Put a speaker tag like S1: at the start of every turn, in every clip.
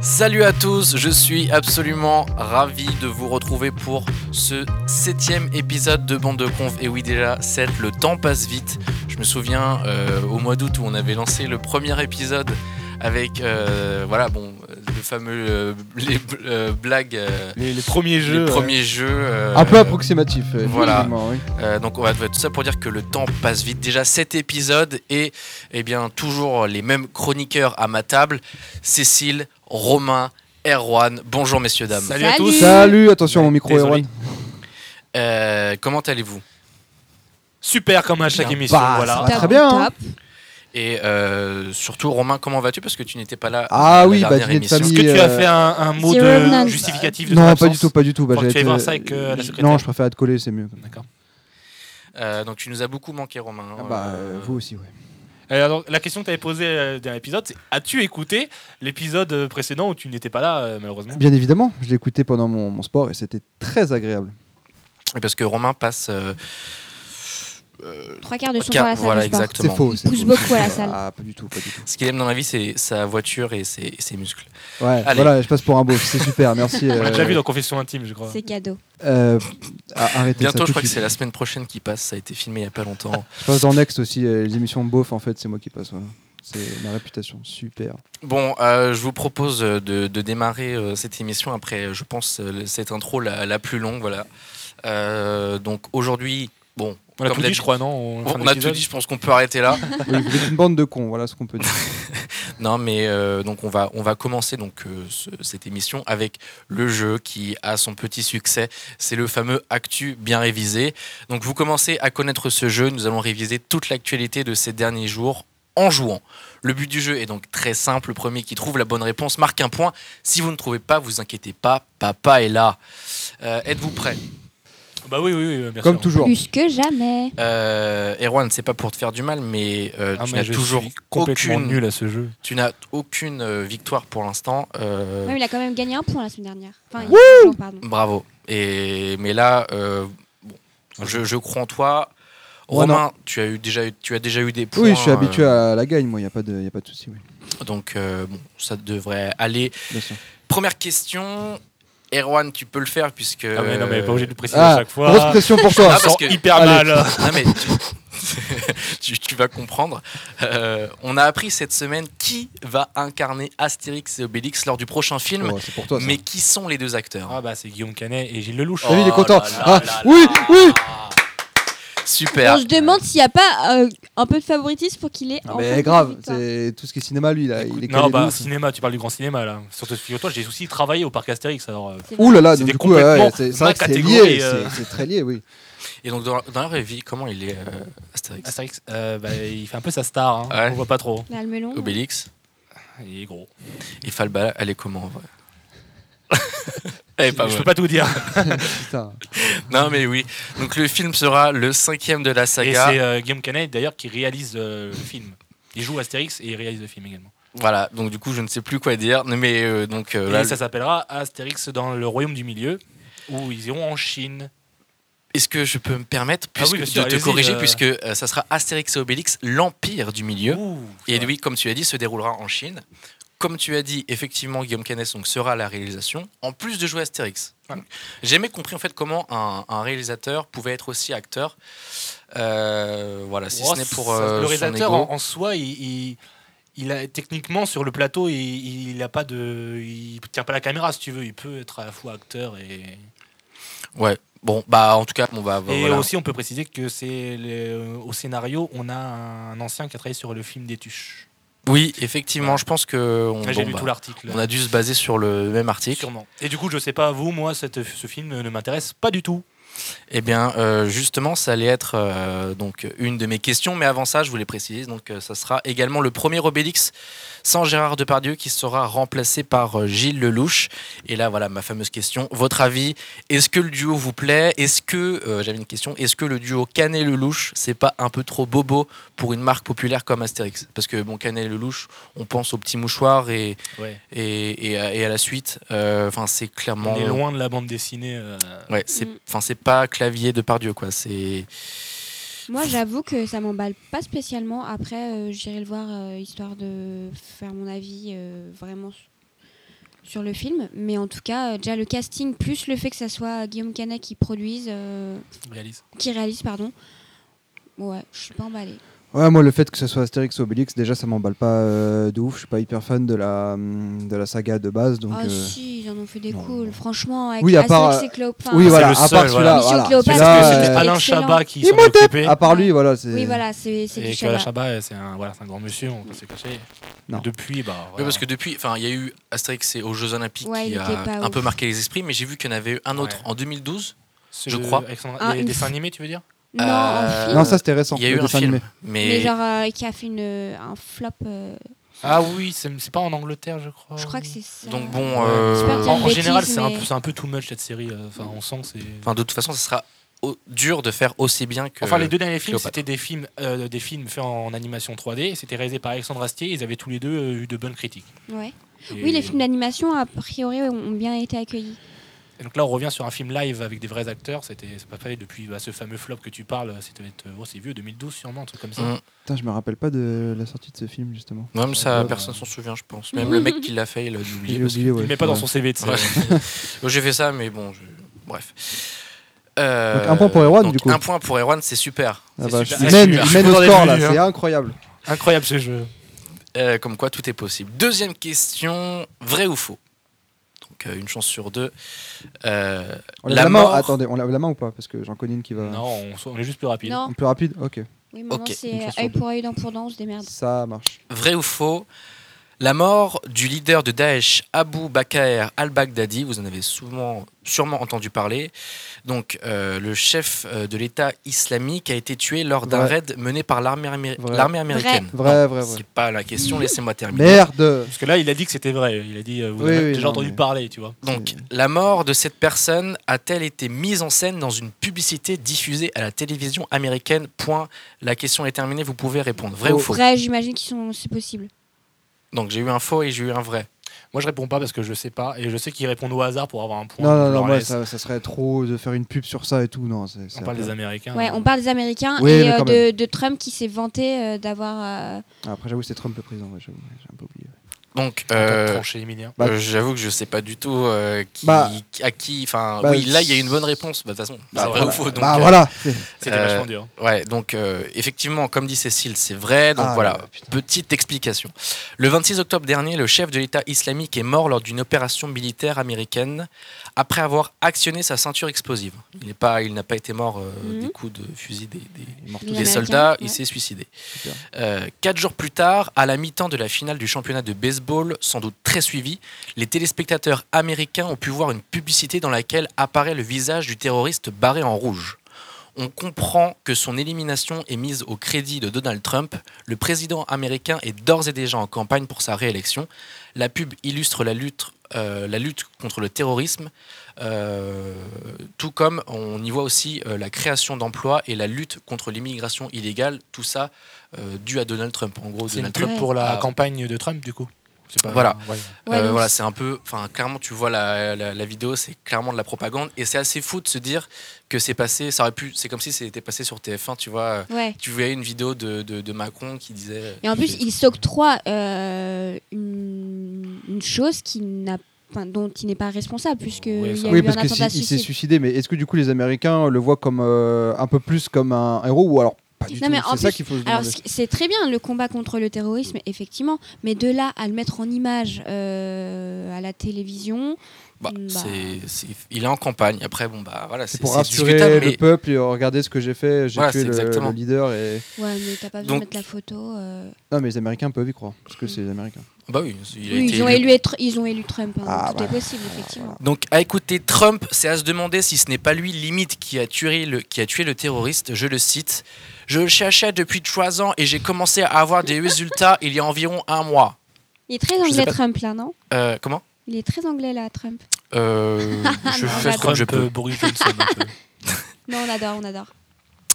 S1: Salut à tous, je suis absolument ravi de vous retrouver pour ce septième épisode de Bande de Conf. Et oui déjà, 7, le temps passe vite. Je me souviens euh, au mois d'août où on avait lancé le premier épisode avec, euh, voilà, bon, le fameux euh, les euh, blagues, euh,
S2: Les, les premiers
S1: les
S2: jeux. ouais.
S1: premiers jeux. euh,
S3: Un peu approximatif. euh,
S1: voilà.
S3: effectivement, oui.
S1: Euh, donc on va tout ça pour dire que le temps passe vite. Déjà cet épisode et eh bien toujours les mêmes chroniqueurs à ma table, Cécile, Romain, Erwan. Bonjour messieurs dames.
S2: Salut, à
S4: Salut.
S2: tous.
S3: Salut, attention mon micro,
S2: Désolé.
S3: Erwan.
S1: Euh, comment allez-vous
S2: Super comme à chaque
S1: Bien.
S2: émission.
S3: Bah, ça
S2: voilà.
S3: va. très bien, hein.
S1: Et euh, surtout Romain, comment vas-tu parce que tu n'étais pas là.
S3: Ah
S1: la
S3: oui, bah,
S1: dernière
S3: dîner de
S1: émission.
S2: Est-ce
S3: famille.
S2: que tu as
S3: euh,
S2: fait un, un mot
S4: Zero
S2: de
S4: None.
S2: justificatif de ton
S3: Non, pas
S2: absence
S3: du tout, pas du tout. Bah,
S2: Faut que
S3: j'ai
S2: tu ailles
S3: été-
S2: voir ça avec, euh, la secrétaire.
S3: Non, je préfère être collé, c'est mieux.
S2: D'accord.
S1: Euh, donc tu nous as beaucoup manqué Romain.
S3: Ah Bah,
S1: Euh,
S3: euh, vous aussi, ouais.
S2: Euh, alors, la question que tu avais posée euh, le dernier épisode, c'est as-tu écouté l'épisode euh, précédent où tu n'étais pas là, euh, malheureusement
S3: Bien évidemment, je l'ai écouté pendant mon, mon sport et c'était très agréable.
S1: et Parce que Romain passe. euh, euh,
S4: Trois quarts de son
S1: Quatre,
S4: temps à la salle
S1: voilà,
S4: de sport.
S1: exact.
S3: C'est
S1: Exactement.
S3: faux.
S4: Il
S3: c'est
S4: pousse
S3: faux.
S4: beaucoup à la salle.
S3: Ah, pas du tout, pas du tout.
S1: ce qu'il aime dans la vie, c'est sa voiture et ses, et ses muscles.
S3: Ouais,
S1: Allez.
S3: voilà, je passe pour un beau. C'est super, merci.
S2: On
S3: euh,
S2: l'a déjà vu dans Confession Intime, je crois.
S4: C'est cadeau.
S3: euh, ah, arrêtez ça
S1: Bientôt,
S3: tout
S1: je crois
S3: de
S1: que
S3: suite.
S1: c'est la semaine prochaine qui passe. Ça a été filmé il n'y a pas longtemps.
S3: Je passe dans Next aussi, euh, les émissions beauf, en fait, c'est moi qui passe. voilà. C'est ma réputation, super.
S1: Bon, euh, je vous propose euh, de, de démarrer euh, cette émission après, euh, je pense, euh, cette intro la, la plus longue. Voilà. Euh, donc aujourd'hui, bon,
S2: On
S1: comme
S2: a tout dit,
S1: d'habitude-
S2: je crois, non
S1: on, a tout dit, je pense qu'on peut arrêter là.
S3: Oui, vous êtes une bande de cons, voilà ce qu'on peut dire.
S1: non, mais euh, donc on va, on va commencer donc, euh, ce- cette émission avec le jeu qui a son petit succès. C'est le fameux Actu bien révisé. Donc vous commencez à connaître ce jeu. Nous allons réviser toute l'actualité de ces derniers jours en jouant. Le but du jeu est donc très simple. Le premier qui trouve la bonne réponse marque un point. Si vous ne trouvez pas, vous inquiétez pas, papa est là. Euh, Êtes-vous prêt
S2: Bah oui, oui, oui, bien sûr.
S3: Comme toujours.
S4: Plus que jamais.
S1: euh, Erwan, c'est pas pour te faire du mal, mais euh,
S2: Ah,
S1: tu
S2: mais
S1: n'as
S2: je
S1: toujours
S2: suis complètement
S1: aucune,
S2: nul à ce jeu.
S1: tu n'as aucune euh, victoire pour l'instant. Euh,
S4: Ouais, mais Ah il a quand même gagné un point la semaine dernière. Enfin, il y a deux jours, pardon.
S1: Bravo. Et mais là, euh, bon, je, je crois en toi.
S3: Ouais,
S1: Romain, tu as eu déjà, eu- tu as déjà eu des points.
S3: Oui, je suis
S1: euh,
S3: habitué à la gagne, moi, il n'y a pas de, y a pas de souci. Oui.
S1: Donc euh, bon, ça devrait aller.
S3: Bien sûr.
S1: Première question. Erwan, tu peux le faire puisque.
S2: Ah, mais non, mais pas obligé de le préciser à
S3: Ah,
S2: chaque fois.
S3: grosse pression pour
S1: Ah,
S3: toi.
S2: Je me
S1: parce
S2: sens
S1: que-
S2: hyper
S3: Allez.
S2: mal.
S1: euh, Non, mais tu, tu- tu vas comprendre. Euh, on a appris cette semaine qui va incarner Astérix et Obélix lors du prochain
S2: bah,
S1: film.
S3: Oh, c'est pour toi. ça.
S1: mais qui sont les deux acteurs
S2: Ah bah c'est Guillaume Canet et Gilles Lelouch.
S3: Oh. Salut, il est content.
S1: là
S3: Ah,
S1: là
S3: oui,
S1: là
S3: oui.
S1: là. Super. euh,
S4: On se demande s'il n'y a pas euh, un peu de favoritisme pour qu'il ait.
S3: Non,
S4: enfin
S3: mais
S4: une
S3: grave,
S4: victoire.
S3: c'est tout ce qui est cinéma, lui, là, il est
S2: Non
S3: calé de
S2: bah
S3: ouf.
S2: cinéma, tu parles du grand cinéma là. Surtout que toi, j'ai aussi travaillé au parc Astérix alors. euh,
S4: C'est
S3: Ouh là là,
S2: C'était
S3: donc du coup, ouais,
S2: complètement
S3: ouais, c'est c'est vrai
S2: ma
S3: que c'est
S2: catégorie,
S3: lié,
S2: euh.
S3: c'est- c'est très lié, oui.
S1: Et donc dans, dans la vraie vie, comment il est euh, Astérix
S2: Astérix, euh, bah, il fait un peu sa star, hein.
S1: Ouais.
S2: on voit pas trop.
S4: Là, Bah, le melon.
S1: Obélix
S2: Il est gros.
S1: et Falbala, elle est comment en vrai Elle est pas
S2: je
S1: mal.
S2: peux pas tout dire.
S3: Putain.
S1: Non mais oui. Donc le film sera le cinquième de la
S2: Et
S1: saga.
S2: c'est euh, Guillaume Canet d'ailleurs qui réalise euh, le film. Il joue Astérix et il réalise le film également.
S1: Voilà. Donc du coup, je ne sais plus quoi dire. Non, Mais euh, donc euh, là,
S2: et ça s'appellera Astérix dans le royaume du milieu où ils iront en Chine.
S1: est-ce que je peux me permettre
S2: Ah
S1: puisque,
S2: oui, bien sûr,
S1: de te
S2: allez-y,
S1: corriger
S2: euh.
S1: puisque euh, ça sera Astérix et Obélix, l'empire du milieu.
S2: Ouh,
S1: Et
S2: ça.
S1: lui, comme tu l'as dit, se déroulera en Chine. Comme tu as dit, effectivement, Guillaume Canet donc, sera à la réalisation, en plus de jouer Astérix.
S2: Voilà.
S1: J'ai jamais compris en fait comment un, un réalisateur pouvait être aussi acteur. Euh, voilà, si
S2: Oh,
S1: ce n'est pour
S2: ça-
S1: euh,
S2: le
S1: son
S2: réalisateur
S1: ego.
S2: en, en soi, il, il- il a techniquement sur le plateau, il, il a pas de, il tient pas la caméra si tu veux. Il peut être à la fois acteur et.
S1: Ouais. Bon, bah en tout cas, on va.
S2: hein. Et
S1: voilà.
S2: aussi, on peut préciser que c'est le- euh, au scénario, on a un ancien qui a travaillé sur le film des Tuches.
S1: Oui, effectivement, je pense que on,
S2: J'ai
S1: bon,
S2: lu
S1: bah,
S2: tout l'article.
S1: on a dû se baser sur le même article.
S2: Sûrement. Et du coup, je sais pas vous, moi, cette- ce film ne m'intéresse pas du tout.
S1: Eh bien, euh, justement, ça allait être euh, donc une de mes questions, mais avant ça, je voulais préciser. Donc, euh, ça sera également le premier Obélix sans Gérard Depardieu qui sera remplacé par euh, Gilles Lelouch. Et là, voilà ma fameuse question. Votre avis Est-ce que le duo vous plaît Est-ce que euh, j'avais une question Est-ce que le duo Canet Lelouch, c'est pas un peu trop bobo pour une marque populaire comme Astérix Parce que bon, Canet Lelouch, on pense au petit mouchoir et
S2: Ouais.
S1: et, et à, et à la suite. euh, Enfin, c'est clairement.
S2: On est loin de la bande dessinée. euh,
S1: Ouais, c'est
S4: Mm.
S1: enfin c'est pas clavier de Pardieu quoi, c'est
S4: Moi, j'avoue que ça m'emballe pas spécialement. Après, euh, j'irai le voir euh, histoire de faire mon avis euh, vraiment. sur le film, mais en tout cas, euh, déjà le casting, plus le fait que ça soit Guillaume Canet qui produise, euh,
S2: Réalise.
S4: qui réalise, pardon. Ouais, je suis pas emballée.
S3: Ouais, moi, le fait que ce soit Astérix ou Obélix, déjà, ça m'emballe pas euh, de ouf. Je suis pas hyper fan de la, hum, de la saga de base. Donc,
S4: Ah
S3: euh,
S4: si, ils en ont fait des
S3: non,
S4: cools,
S3: non.
S4: franchement, avec
S3: Oui, à part, euh,
S4: Astérix et Cléopâtre.
S3: oui, voilà,
S2: le
S3: à
S2: seul,
S3: part celui-là.
S4: voilà. Mission
S3: voilà.
S4: Cléopâtre,
S3: Celui-là,
S4: parce que
S3: euh,
S2: C'était
S4: euh,
S2: Alain
S4: excellent.
S2: Chabat qui s'en
S3: Imhotep
S2: occupait.
S3: À part lui, voilà. c'est-
S4: Oui, voilà, c'est c'est du
S2: Et que
S4: Chabat.
S2: Alain Chabat, c'est un, voilà, c'est un grand monsieur, on peut se cacher.
S3: Non.
S2: Depuis, bah.
S1: Oui,
S2: voilà.
S1: parce que depuis, enfin, il y a eu Astérix et aux Jeux Olympiques
S4: Ouais,
S1: qui
S4: il
S1: a
S4: était pas
S1: un
S4: ouf.
S1: peu marqué les esprits, mais j'ai vu qu'il y en avait eu un autre
S2: Ouais.
S1: en 2012.
S2: C'est
S1: je
S2: le-
S1: crois.
S2: Alexandre-
S4: Ah,
S2: les
S4: une-
S2: dessins animés, tu veux dire
S4: Non, en
S1: Euh,
S4: film,
S3: Non, ça, c'était récent.
S1: Il y a
S3: le
S1: eu un
S3: dessin
S1: film,
S3: animé.
S4: mais
S1: mais
S4: genre euh, qui a fait une, un flop, euh,
S2: Ah oui, c'est c'est pas en Angleterre, je crois.
S4: je crois que c'est ça.
S1: donc bon,
S2: Ouais.
S1: euh,
S4: J'espère qu'il y a
S2: En,
S4: une
S2: en général,
S4: bêtise,
S2: c'est un,
S4: mais-
S2: peu- c'est un peu too much cette série. euh, Enfin, on sent que c'est.
S1: enfin, de toute façon, ce sera au- dur de faire aussi bien que.
S2: Enfin, les deux derniers films,
S1: Cléopâtre.
S2: c'était des films, euh, des films faits en animation 3D. C'était réalisé par Alexandre Astier. Ils avaient tous les deux euh, eu de bonnes critiques.
S4: Ouais.
S2: Et-
S4: Oui, les films d'animation, a priori, ont- ont bien été accueillis.
S2: Et donc là, on revient sur un film live avec des vrais acteurs. C'était c'est pas fait depuis bah, ce fameux flop que tu parles. C'était euh, oh, c'est vieux, 2012 sûrement, un truc comme ça.
S1: Mm.
S3: Putain, je me rappelle pas de la sortie de ce film, justement.
S1: Même ça,
S3: Ouais.
S1: personne s'en souvient, je pense. Même le mec qui l'a fait, il a dû oublier.
S3: J'ai
S1: parce
S3: oublié,
S2: Il
S3: ouais.
S2: le met pas dans
S3: Ouais.
S2: son CV. de ça.
S1: Ouais. que- J'ai fait ça, mais bon, je- bref. Euh,
S3: Donc, un point pour Erwan,
S1: donc,
S3: du coup.
S1: Un point pour Erwan, c'est super.
S3: Ah
S2: C'est
S3: bah,
S2: super.
S3: il
S2: Ah,
S3: mène,
S2: super.
S3: il
S2: Je
S3: mène
S2: suis
S3: au
S2: content
S3: score, là,
S2: d'avoir vu,
S3: c'est incroyable.
S2: Incroyable ce jeu.
S1: Euh, comme quoi tout est possible. Deuxième question, vrai ou faux Donc euh, une chance sur deux. Euh,
S3: On lève
S1: La
S3: la, main,
S1: mort.
S3: attendez, on lève la main ou pas Parce que j'en connais une qui va.
S2: Non, on, soit- on est juste plus rapide.
S4: Non,
S3: Un peu rapide Ok,
S4: oui, maintenant
S1: Ok.
S3: Une chance
S4: c'est
S3: sur
S4: œil
S3: deux.
S4: pour œil, dent pour dent, on se démerde.
S3: ça marche.
S1: vrai ou faux La mort du leader de Daesh, Abu Bakr al-Baghdadi, vous en avez souvent, sûrement entendu parler. Donc euh, le chef euh, de l'État islamique a été tué lors d'un
S3: Vrai.
S1: raid mené par l'armée amé-
S3: Vrai.
S1: l'armée américaine.
S3: Vrai, vrai,
S1: Non,
S3: vrai.
S1: C'est pas la question, laissez-moi terminer.
S3: Merde
S2: Parce que là, il a dit que c'était vrai. Il a dit, euh, vous
S3: Oui,
S2: avez
S3: oui,
S2: déjà
S3: non,
S2: entendu
S3: mais-
S2: parler, tu vois.
S1: Donc, la mort de cette personne a-t-elle été mise en scène dans une publicité diffusée à la télévision américaine Point. La question est terminée, vous pouvez répondre. Vrai
S3: Faux.
S1: ou faux
S4: Vrai, j'imagine qu'ils sont, c'est possible.
S1: Donc, j'ai eu un faux et j'ai eu un vrai.
S2: Moi, je réponds pas parce que je sais pas. Et je sais qu'ils répondent au hasard pour avoir un point.
S3: Non,
S2: Je
S3: non,
S2: leur
S3: non, moi,
S2: laisse.
S3: ça, ça serait trop de faire une pub sur ça et tout. Non, c'est. c'est
S2: On parle des
S3: après,
S2: Américains.
S1: Ah.
S4: Ouais, on parle des Américains
S3: Oui,
S4: et
S3: mais
S4: euh,
S3: quand
S4: de, de Trump qui s'est vanté euh, d'avoir. euh,
S3: Après, j'avoue, c'est Trump le président. ouais, j'avoue, J'ai un peu oublié.
S1: Donc,
S2: Euh...
S1: euh,
S2: Tranché, Emilien.
S3: Ah, Bah-
S1: euh, j'avoue que je sais pas du tout euh, qui,
S3: Bah.
S1: à qui. Enfin,
S3: Bah,
S1: oui, là, il y a une bonne réponse. Bah, De toute façon, c'est vrai ou faux. Donc,
S3: bah
S1: euh,
S3: voilà c'est-
S2: C'était
S1: Euh,
S2: vachement dur.
S1: Ouais, donc euh, effectivement, comme dit Cécile, c'est vrai. Donc
S3: Ah,
S1: voilà,
S3: ouais, putain.
S1: petite explication. Le 26 octobre dernier, le chef de l'État islamique est mort lors d'une opération militaire américaine après avoir actionné sa ceinture explosive. Il n'est pas, il n'a pas été mort euh,
S4: Mhm.
S1: des coups de fusil des, des-
S3: Il est mort
S1: des
S3: tout-
S4: Américain,
S1: soldats. Il
S4: ouais.
S1: s'est suicidé.
S3: Super.
S1: Euh, quatre jours plus tard, à la mi-temps de la finale du championnat de baseball, sans doute très suivi, les téléspectateurs américains ont pu voir une publicité dans laquelle apparaît le visage du terroriste barré en rouge. On comprend que son élimination est mise au crédit de Donald Trump. Le président américain est d'ores et déjà en campagne pour sa réélection. La pub illustre la lutte, euh, la lutte contre le terrorisme, euh, tout comme on y voit aussi euh, la création d'emplois et la lutte contre l'immigration illégale. Tout ça euh, dû à Donald Trump. En gros,
S2: C'est une
S1: Donald
S2: pub
S1: Trump.
S4: Trump.
S2: pour la
S1: Ah.
S2: campagne de Trump, du coup. C'est pas-
S1: Voilà.
S2: ouais.
S4: Ouais,
S1: Euh,
S4: donc
S1: voilà,
S4: c'est-
S1: c'est un peu, enfin, clairement, tu vois la, la, la vidéo, c'est clairement de la propagande, et c'est assez fou de se dire que c'est passé, ça aurait pu, c'est comme si c'était passé sur TF1, tu vois, euh,
S4: Ouais.
S1: tu voyais une vidéo de, de, de Macron qui disait. euh,
S4: Et en plus, il s'octroie euh, une, une chose qui n'a, enfin, dont il n'est pas responsable puisque
S2: Ouais,
S4: il
S2: ça-
S4: y a
S3: oui
S4: eu un
S3: parce que
S4: attentat
S3: si- il s'est
S4: suicide.
S3: suicidé mais est-ce que du coup les Américains le voient comme euh, un peu plus comme un héros ou alors pas du
S4: Non,
S3: tout
S4: mais en
S3: c'est ça
S4: plus-
S3: qu'il faut se
S4: Alors
S3: demander
S4: c- c'est très bien le combat contre le terrorisme, effectivement, mais de là à le mettre en image euh, à la télévision,
S1: bah,
S4: Bah.
S1: c'est- c'est- il est en campagne. Après, bon, bah voilà,
S3: c'est
S1: c'est
S3: pour
S1: c'est
S3: rassurer
S1: discutable,
S3: le
S1: mais
S3: peuple et euh, regardez ce que j'ai fait j'ai
S1: Voilà,
S3: tué
S1: c'est
S3: le,
S1: exactement.
S3: le leader et
S4: ouais, mais t'as pas besoin
S1: Donc-
S4: de mettre la photo. euh.
S3: non mais les Américains peuvent y croire parce que c'est les Américains
S1: bah oui, il a
S4: Oui,
S1: été
S4: ils ont
S1: élu.
S4: élu, être- ils ont élu Trump, hein,
S3: Ah,
S4: tout est
S3: voilà.
S4: possible, effectivement.
S1: Donc, à écouter Trump, c'est à se demander si ce n'est pas lui, limite, qui a, tué le, qui a tué le terroriste. Je le cite Je le cherchais depuis trois ans et j'ai commencé à avoir des résultats il y a environ un mois.
S4: Il est très
S1: sais
S4: anglais,
S1: pas.
S4: Trump, là, non
S1: Euh, comment
S4: Il est très anglais, là, Trump.
S1: Euh, je
S4: Ah Non,
S1: fais
S4: j'adore.
S1: comme je peux.
S2: Trump, Boris Johnson. un peu.
S4: Non, on adore, on adore.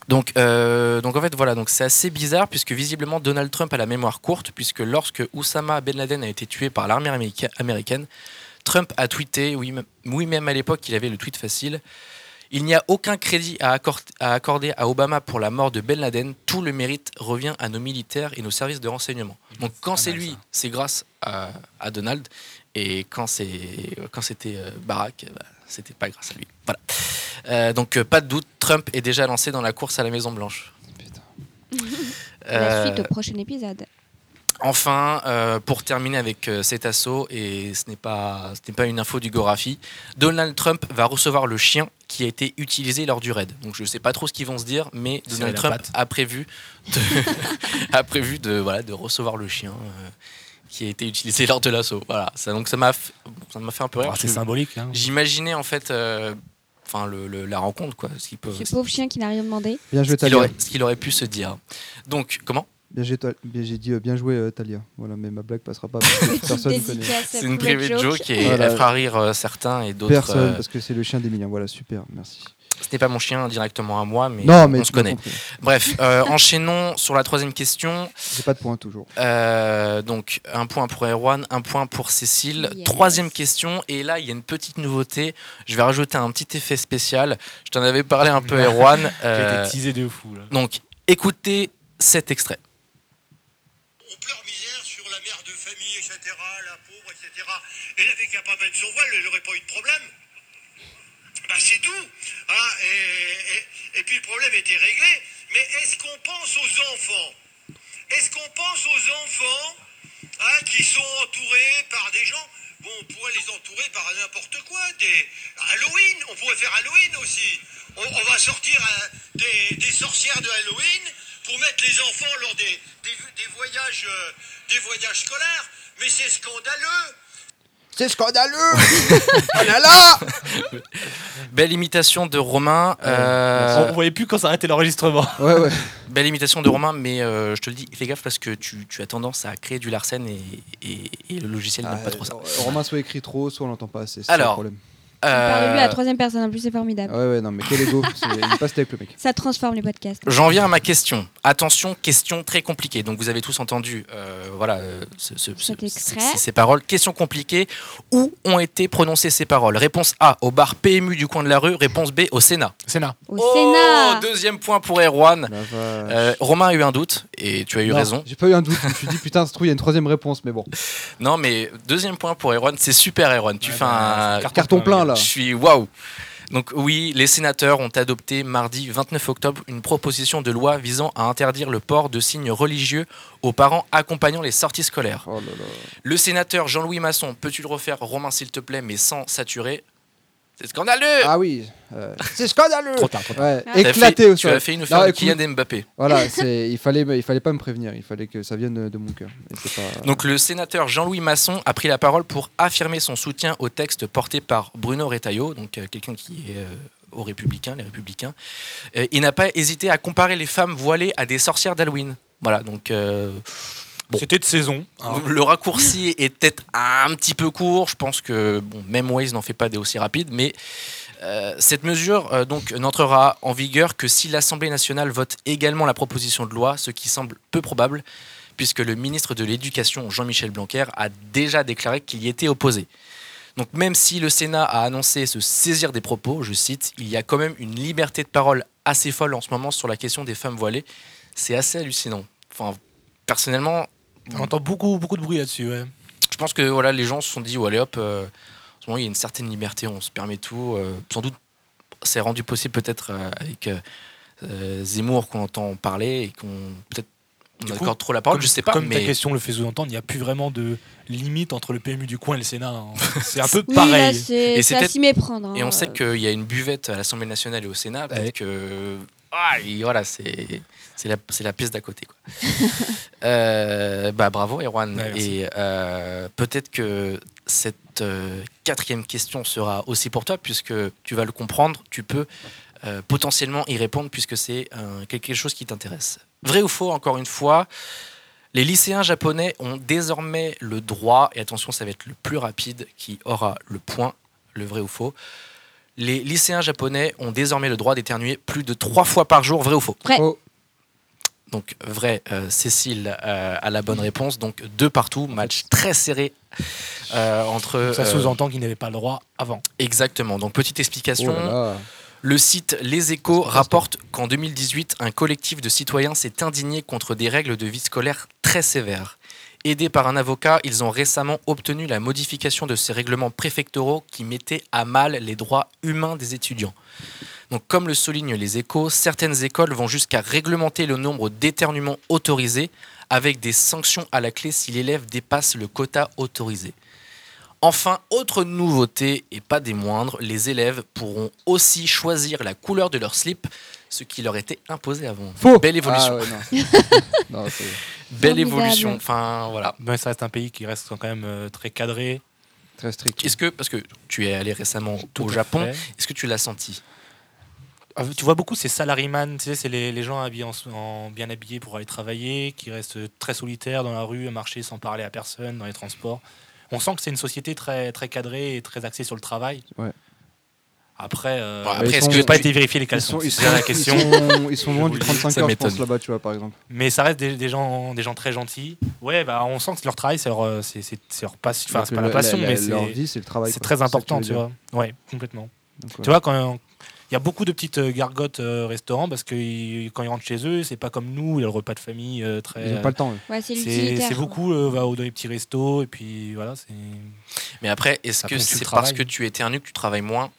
S1: Donc, euh, donc en fait, voilà, donc c'est assez bizarre puisque visiblement Donald Trump a la mémoire courte puisque lorsque Oussama Ben Laden a été tué par l'armée américa- américaine, Trump a tweeté, oui, même- oui même à l'époque, il avait le tweet facile. Il n'y a aucun crédit à, accor- à accorder à Obama pour la mort de Ben Laden. Tout le mérite revient à nos militaires et nos services de renseignement. Donc quand
S2: pas
S1: c'est
S2: mal,
S1: lui,
S2: ça.
S1: c'est grâce à, à Donald. Et quand c'est- quand c'était euh, Barack, bah, c'était pas grâce à lui. Voilà. Euh, donc euh, pas de doute, Trump est déjà lancé dans la course à la Maison Blanche.
S3: Putain.
S4: La
S1: Euh,
S4: suite au prochain épisode.
S1: Enfin, euh, pour terminer avec euh, cet assaut, et ce n'est pas, ce n'est pas une info du Gorafi, Donald Trump va recevoir le chien qui a été utilisé lors du raid. Donc je ne sais pas trop ce qu'ils vont se dire, mais
S2: Serrer
S1: Donald
S2: la
S1: Trump
S2: patte.
S1: a prévu, de, a prévu de, voilà, de recevoir le chien euh, qui a été utilisé lors de l'assaut. Voilà, ça, donc ça m'a f- ça m'a fait un peu rire.
S2: Ah,
S1: parce
S2: c'est
S1: que
S2: symbolique. hein.
S1: J'imaginais en fait euh, enfin, le- le- la rencontre, quoi, ce qu'il peut-
S4: Ce pauvre chien qui n'a rien demandé.
S3: Bien joué
S1: ce qu'il
S3: Talia.
S1: aurait- ce qu'il aurait pu se dire. Donc, comment
S3: Bien joué, Tal- bien- j'ai dit euh, bien joué euh, Talia. Voilà, mais ma blague passera pas parce que personne ne connaît.
S4: Dédicace à
S1: C'est une
S4: Poulet
S1: private joke et
S3: Voilà.
S1: elle fera rire euh, certains et d'autres.
S3: Personne
S1: euh,
S3: parce que c'est le chien d'Emilien. Voilà, super, merci.
S1: ce n'est pas mon chien directement à moi, mais,
S3: non, mais
S1: on
S3: tu
S1: se
S3: m'as
S1: connaît.
S3: compris.
S1: Bref, euh, enchaînons sur la troisième question.
S3: J'ai pas de point toujours.
S1: Euh, donc, un point pour Erwan, un point pour Cécile.
S4: Yes.
S1: Troisième question, et là, il y a une petite nouveauté. Je vais rajouter un petit effet spécial. Je t'en avais parlé un peu, Erwan.
S2: J'ai
S1: Euh,
S2: été teasé de fou. Là.
S1: donc, écoutez cet extrait.
S5: On pleure misère sur la mère de famille, etc., la pauvre, etc. Et la qu'à pas mettre son voile, elle n'aurait pas eu de problème. Bah c'est tout. hein, et, et- et puis le problème était réglé. Mais est-ce qu'on pense aux enfants Est-ce qu'on pense aux enfants hein, qui sont entourés par des gens Bon, on pourrait les entourer par n'importe quoi. Des Halloween, on pourrait faire Halloween aussi. On, on va sortir hein, des, des sorcières de Halloween pour mettre les enfants lors des, des, des voyages, euh, des voyages scolaires. Mais c'est scandaleux.
S3: C'est scandaleux Oh là là
S1: Belle imitation de Romain. Euh,
S2: On, on voyait plus quand s'arrêtait l'enregistrement.
S3: Ouais, ouais.
S1: Belle imitation de Romain, mais euh, je te le dis, fais gaffe parce que tu, tu as tendance à créer du Larsen et, et- et le logiciel n'aime pas trop ça.
S3: Euh, Romain soit écrit trop, soit on l'entend pas assez. C'est
S1: Alors.
S3: ça le problème.
S4: On parle de lui à
S1: Euh, Oh.
S4: la troisième personne, en plus, c'est formidable.
S3: Ah ouais, ouais, non, mais quel ego. c'est- Il passe avec le mec.
S4: Ça transforme les podcasts.
S1: J'en viens à ma question. Attention, question très compliquée. Donc vous avez tous entendu euh, voilà, euh, ce- ce- ce-
S4: Cet extrait.
S1: ces- ces paroles. Question compliquée. Où ont été prononcées ces paroles Réponse A, au bar PMU du coin de la rue. Réponse B, au Sénat.
S2: Sénat.
S4: Au
S1: Oh,
S4: Sénat
S1: Deuxième point pour Erwan.
S3: La vache.
S1: Euh, Romain a eu un doute et tu as eu
S3: Non,
S1: raison.
S3: J'ai pas eu un doute. Je me suis dit, putain, ça se trouve, il y a une troisième réponse, mais bon.
S1: Non, mais deuxième point pour Erwan. C'est super, Erwan. Tu
S2: Ouais,
S1: fais
S2: bah,
S1: un,
S2: c'est
S3: Carton plein, là.
S1: Je suis waouh. Donc oui, les sénateurs ont adopté mardi 29 octobre une proposition de loi visant à interdire le port de signes religieux aux parents accompagnant les sorties scolaires.
S3: Oh là là.
S1: Le sénateur Jean-Louis Masson, peux-tu le refaire Romain s'il te plaît, mais sans saturer C'est scandaleux
S3: Ah oui. euh, C'est scandaleux
S2: Trop tard, trop tard.
S3: Ouais,
S4: Ah.
S1: T'as
S3: éclaté
S1: fait-
S3: au
S1: Tu
S3: sol.
S1: as fait une offre
S3: Non,
S1: de
S3: écoute.
S1: Kylian Mbappé.
S3: Voilà, c'est il fallait il fallait pas me prévenir, il fallait que ça vienne de, de mon cœur. Et c'est pas-
S1: Donc le sénateur Jean-Louis Masson a pris la parole pour affirmer son soutien au texte porté par Bruno Retailleau, donc euh, quelqu'un qui est euh, aux Républicains, les Républicains. Euh, il n'a pas hésité à comparer les femmes voilées à des sorcières d'Halloween. Voilà, donc euh, Bon.
S2: C'était de saison. hein.
S1: le raccourci est peut-être un petit peu court. Je pense que bon, même Waze n'en fait pas des aussi rapides, mais euh, cette mesure euh, donc n'entrera en vigueur que si l'Assemblée nationale vote également la proposition de loi, ce qui semble peu probable, puisque le ministre de l'Éducation Jean-Michel Blanquer a déjà déclaré qu'il y était opposé. Donc même si le Sénat a annoncé se saisir des propos, je cite, il y a quand même une liberté de parole assez folle en ce moment sur la question des femmes voilées. C'est assez hallucinant. Enfin, personnellement,
S2: On entend beaucoup, beaucoup de bruit là-dessus. ouais.
S1: je pense que voilà, les gens se sont dit, ouais, allez hop, euh, en ce moment, il y a une certaine liberté, on se permet tout. euh, sans doute, c'est rendu possible peut-être euh, avec euh, euh, Zemmour qu'on entend parler et qu'on peut-être on
S2: Du coup,
S1: accorde trop la parole, je
S2: comme,
S1: sais pas,
S2: Comme ta
S1: mais
S2: question le fait sous-entendre, il n'y a plus vraiment de limite entre le PMU du coin et le Sénat. hein. C'est un peu
S4: Oui, là,
S2: pareil.
S1: Et
S4: c'est
S1: c'est
S4: c'est à
S1: peut-être-
S4: s'y méprendre. hein,
S1: et on
S4: euh,
S1: sait qu'il y a une buvette à l'Assemblée nationale et au Sénat, peut-être
S2: Ouais.
S1: que ah, et voilà, c'est c'est la c'est la pièce d'à côté quoi. Euh, bah bravo Erwan
S2: Ouais, merci.
S1: et euh, peut-être que cette euh, quatrième question sera aussi pour toi puisque tu vas le comprendre, tu peux euh, potentiellement y répondre puisque c'est euh, quelque chose qui t'intéresse. Vrai ou faux encore une fois? Les lycéens japonais ont désormais le droit, et attention, ça va être le plus rapide qui aura le point, le vrai ou faux. Les lycéens japonais ont désormais le droit d'éternuer plus de trois fois par jour, vrai ou faux
S4: Vrai.
S3: Faux.
S1: Donc vrai, euh, Cécile euh, a la bonne réponse, donc deux partout, match très serré euh, entre...
S2: Ça
S1: euh,
S2: sous-entend qu'il n'avait pas le droit avant.
S1: exactement, donc petite
S3: Oh
S1: explication.
S3: là là.
S1: Le site Les Échos rapporte qu'en 2018, un collectif de citoyens s'est indigné contre des règles de vie scolaire très sévères. Aidés par un avocat, ils ont récemment obtenu la modification de ces règlements préfectoraux qui mettaient à mal les droits humains des étudiants. Donc, comme le soulignent les échos, certaines écoles vont jusqu'à réglementer le nombre d'éternuements autorisés avec des sanctions à la clé si l'élève dépasse le quota autorisé. Enfin, autre nouveauté, et pas des moindres, les élèves pourront aussi choisir la couleur de leur slip, ce qui leur était imposé avant.
S3: Faux
S1: Belle évolution.
S3: Ah, ouais, non. Non, c'est-
S1: Belle
S4: Formidable.
S1: évolution. Enfin, voilà.
S2: Ben, ça reste un pays qui reste quand même euh, très cadré.
S3: Très strict.
S1: Est-ce que, parce que tu es allé récemment
S2: Tout
S1: au
S2: à
S1: Japon,
S2: fait.
S1: est-ce que tu l'as senti
S2: Ah, Tu vois beaucoup ces salaryman, tu sais, c'est les, les gens habillés en, en- bien habillés pour aller travailler, qui restent très solitaires dans la rue, à marcher sans parler à personne, dans les transports. On sent que c'est une société très, très cadrée et très axée sur le travail.
S3: Ouais.
S2: Après, euh,
S1: Bon,
S3: Bah, ils
S1: Après, est-ce
S3: sont-
S2: j'ai
S1: que
S2: pas
S1: tu-
S2: été vérifier les
S3: Ils
S2: caleçons.
S3: sont, ils
S2: C'est
S3: sont-
S2: la
S3: ils
S2: question.
S3: sont- ils sont loin
S2: Je vous
S3: du
S2: le dis,
S3: 35
S1: ça
S3: heures, je pense,
S1: m'étonne.
S3: là-bas, tu vois, par exemple.
S2: Mais ça reste des, des gens, des gens très gentils. Ouais, bah, on sent que leur travail, c'est leur, euh, c'est- c'est- c'est leur passion. Enfin,
S3: Donc,
S2: c'est pas
S3: le-
S2: la passion, mais
S3: Leur
S2: c'est
S3: vie, c'est le travail.
S2: c'est
S3: quoi.
S2: très
S3: ça que
S2: important,
S3: tu
S2: tu
S3: veux
S2: vois. Ouais, complètement.
S3: dire. Donc,
S2: Tu
S3: ouais.
S2: vois, quand il y a beaucoup de petites euh, gargotes euh, restaurants parce que ils- quand ils rentrent chez eux, c'est pas comme nous, il y a le repas de famille euh, très.
S3: Ils ont pas le temps. eux.
S4: Ouais, c'est
S2: c'est
S4: l'utilitaire.
S2: c'est beaucoup, euh, va au- dans les petits restos et puis voilà. c'est-
S1: Mais après, est-ce
S2: Ça
S1: que
S2: ponctue le
S1: c'est parce
S2: travail.
S1: que tu éternues que tu travailles moins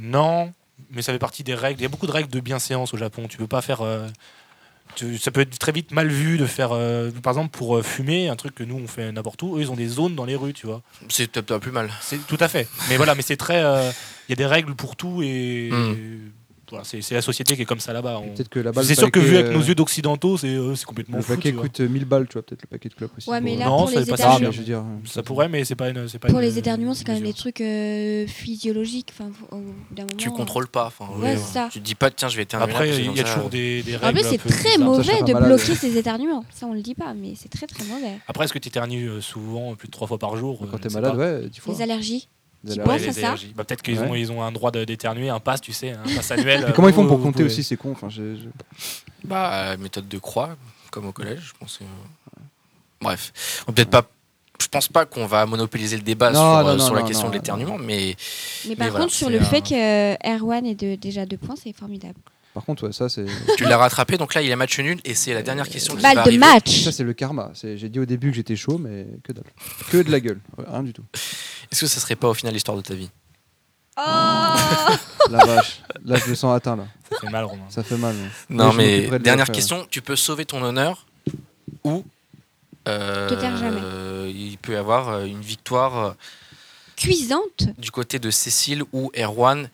S2: Non, mais ça fait partie des règles. Il y a beaucoup de règles de bienséance au Japon. Tu peux pas faire. euh, tu- ça peut être très vite mal vu de faire, euh, par exemple, pour euh, fumer, un truc que nous on fait n'importe où. Eux, ils ont des zones dans les rues, tu vois.
S1: C'est peut-être pas plus mal.
S2: C'est tout à fait. Mais voilà, mais c'est très. euh, Il y a des règles pour tout et.
S1: Hmm.
S2: voilà, c'est c'est la société qui est comme ça là-bas. On-
S3: Peut-être que là-bas,
S2: C'est
S3: le
S2: sûr que
S3: paquet,
S2: vu avec
S3: euh,
S2: nos yeux d'occidentaux, c'est euh, c'est complètement
S3: Le
S2: fou.
S3: paquet
S2: tu vois.
S3: coûte euh, 1000 balles, tu vois, peut-être le paquet de clopes aussi.
S4: Ouais, mais
S3: Bon,
S4: là,
S2: Non,
S4: pour
S2: ça
S4: les
S2: dépend si
S3: Ah,
S2: cher.
S3: mais
S4: éternuements,
S3: je veux dire. euh,
S2: Ça pourrait, mais c'est pas une. c'est Pas
S4: pour
S2: une-
S4: les éternuements, c'est quand même des
S2: mesure.
S4: trucs euh, physiologiques. Enfin, faut- au bout d'un
S1: Tu
S4: moment, euh,
S1: contrôles pas. Enfin,
S4: Ouais,
S1: oui,
S4: c'est ça.
S1: Tu te dis pas, tiens, je vais éternuer. là,
S2: Après,
S1: parce que
S2: il y a
S1: comme ça,
S2: toujours
S1: euh,
S2: des, des
S4: euh. En
S2: règles.
S4: plus,
S2: un
S4: c'est
S2: peu
S4: très
S2: bizarres.
S3: Ça
S4: mauvais
S3: fait
S4: de
S3: mal à
S4: bloquer ses éternuements. Ça, on le dit pas, mais c'est très très mauvais.
S2: Après, est-ce que tu éternues euh, souvent, euh, plus de trois fois par jour euh,
S3: Bah, Quand
S2: je
S3: t'es
S2: ne sais
S3: malade,
S2: pas.
S3: ouais, 10 fois.
S4: Les allergies.
S3: Vous
S4: qui
S3: allez
S4: boivent,
S3: arrêter.
S4: c'est
S2: les
S4: ça
S2: allergies. Bah, Peut-être qu'ils
S3: Ouais.
S2: ont, ils ont un droit de- d'éternuer, un pass, tu sais, un pass annuel.
S3: Mais
S2: euh,
S3: Comment ils font
S2: vous-
S3: pour
S2: vous
S3: compter
S2: pouvez-
S3: aussi ces cons enfin, j'ai- j'ai-
S1: Bah, euh, méthode de croix, comme au collège, je pense. que- Bref, on peut peut-être pas. Je pense pas qu'on va monopoliser le débat
S3: Non,
S1: sur, euh,
S3: non, non,
S1: sur la
S3: non,
S1: question
S3: non,
S1: de l'éternuement, mais
S4: Mais par
S1: Mais voilà,
S4: contre, sur
S1: c'est
S4: le
S1: un-
S4: fait que euh, Erwan est de, déjà deux points, c'est formidable.
S3: Par contre, ouais, ça, c'est
S1: tu l'as rattrapé, donc là il y a match nul et c'est la dernière question qui va
S4: Balle de
S1: arriver.
S4: match
S3: ça, c'est le karma. C'est- J'ai dit au début que j'étais chaud, mais que dalle. Que de la gueule. Ouais, Rien du tout.
S1: Est-ce que ça serait pas au final l'histoire de ta vie
S4: Oh
S3: La vache. Là, je me sens atteint, là.
S2: Ça fait mal, Romain.
S3: Ça fait mal. ouais.
S1: Non,
S3: je
S1: mais
S3: m'occuperai de
S1: dernière
S3: l'autre, euh.
S1: question tu peux sauver ton honneur ou euh,
S4: Te taire jamais.
S1: il peut y avoir euh, une victoire euh,
S4: Cuisante
S1: du côté de Cécile ou Erwan.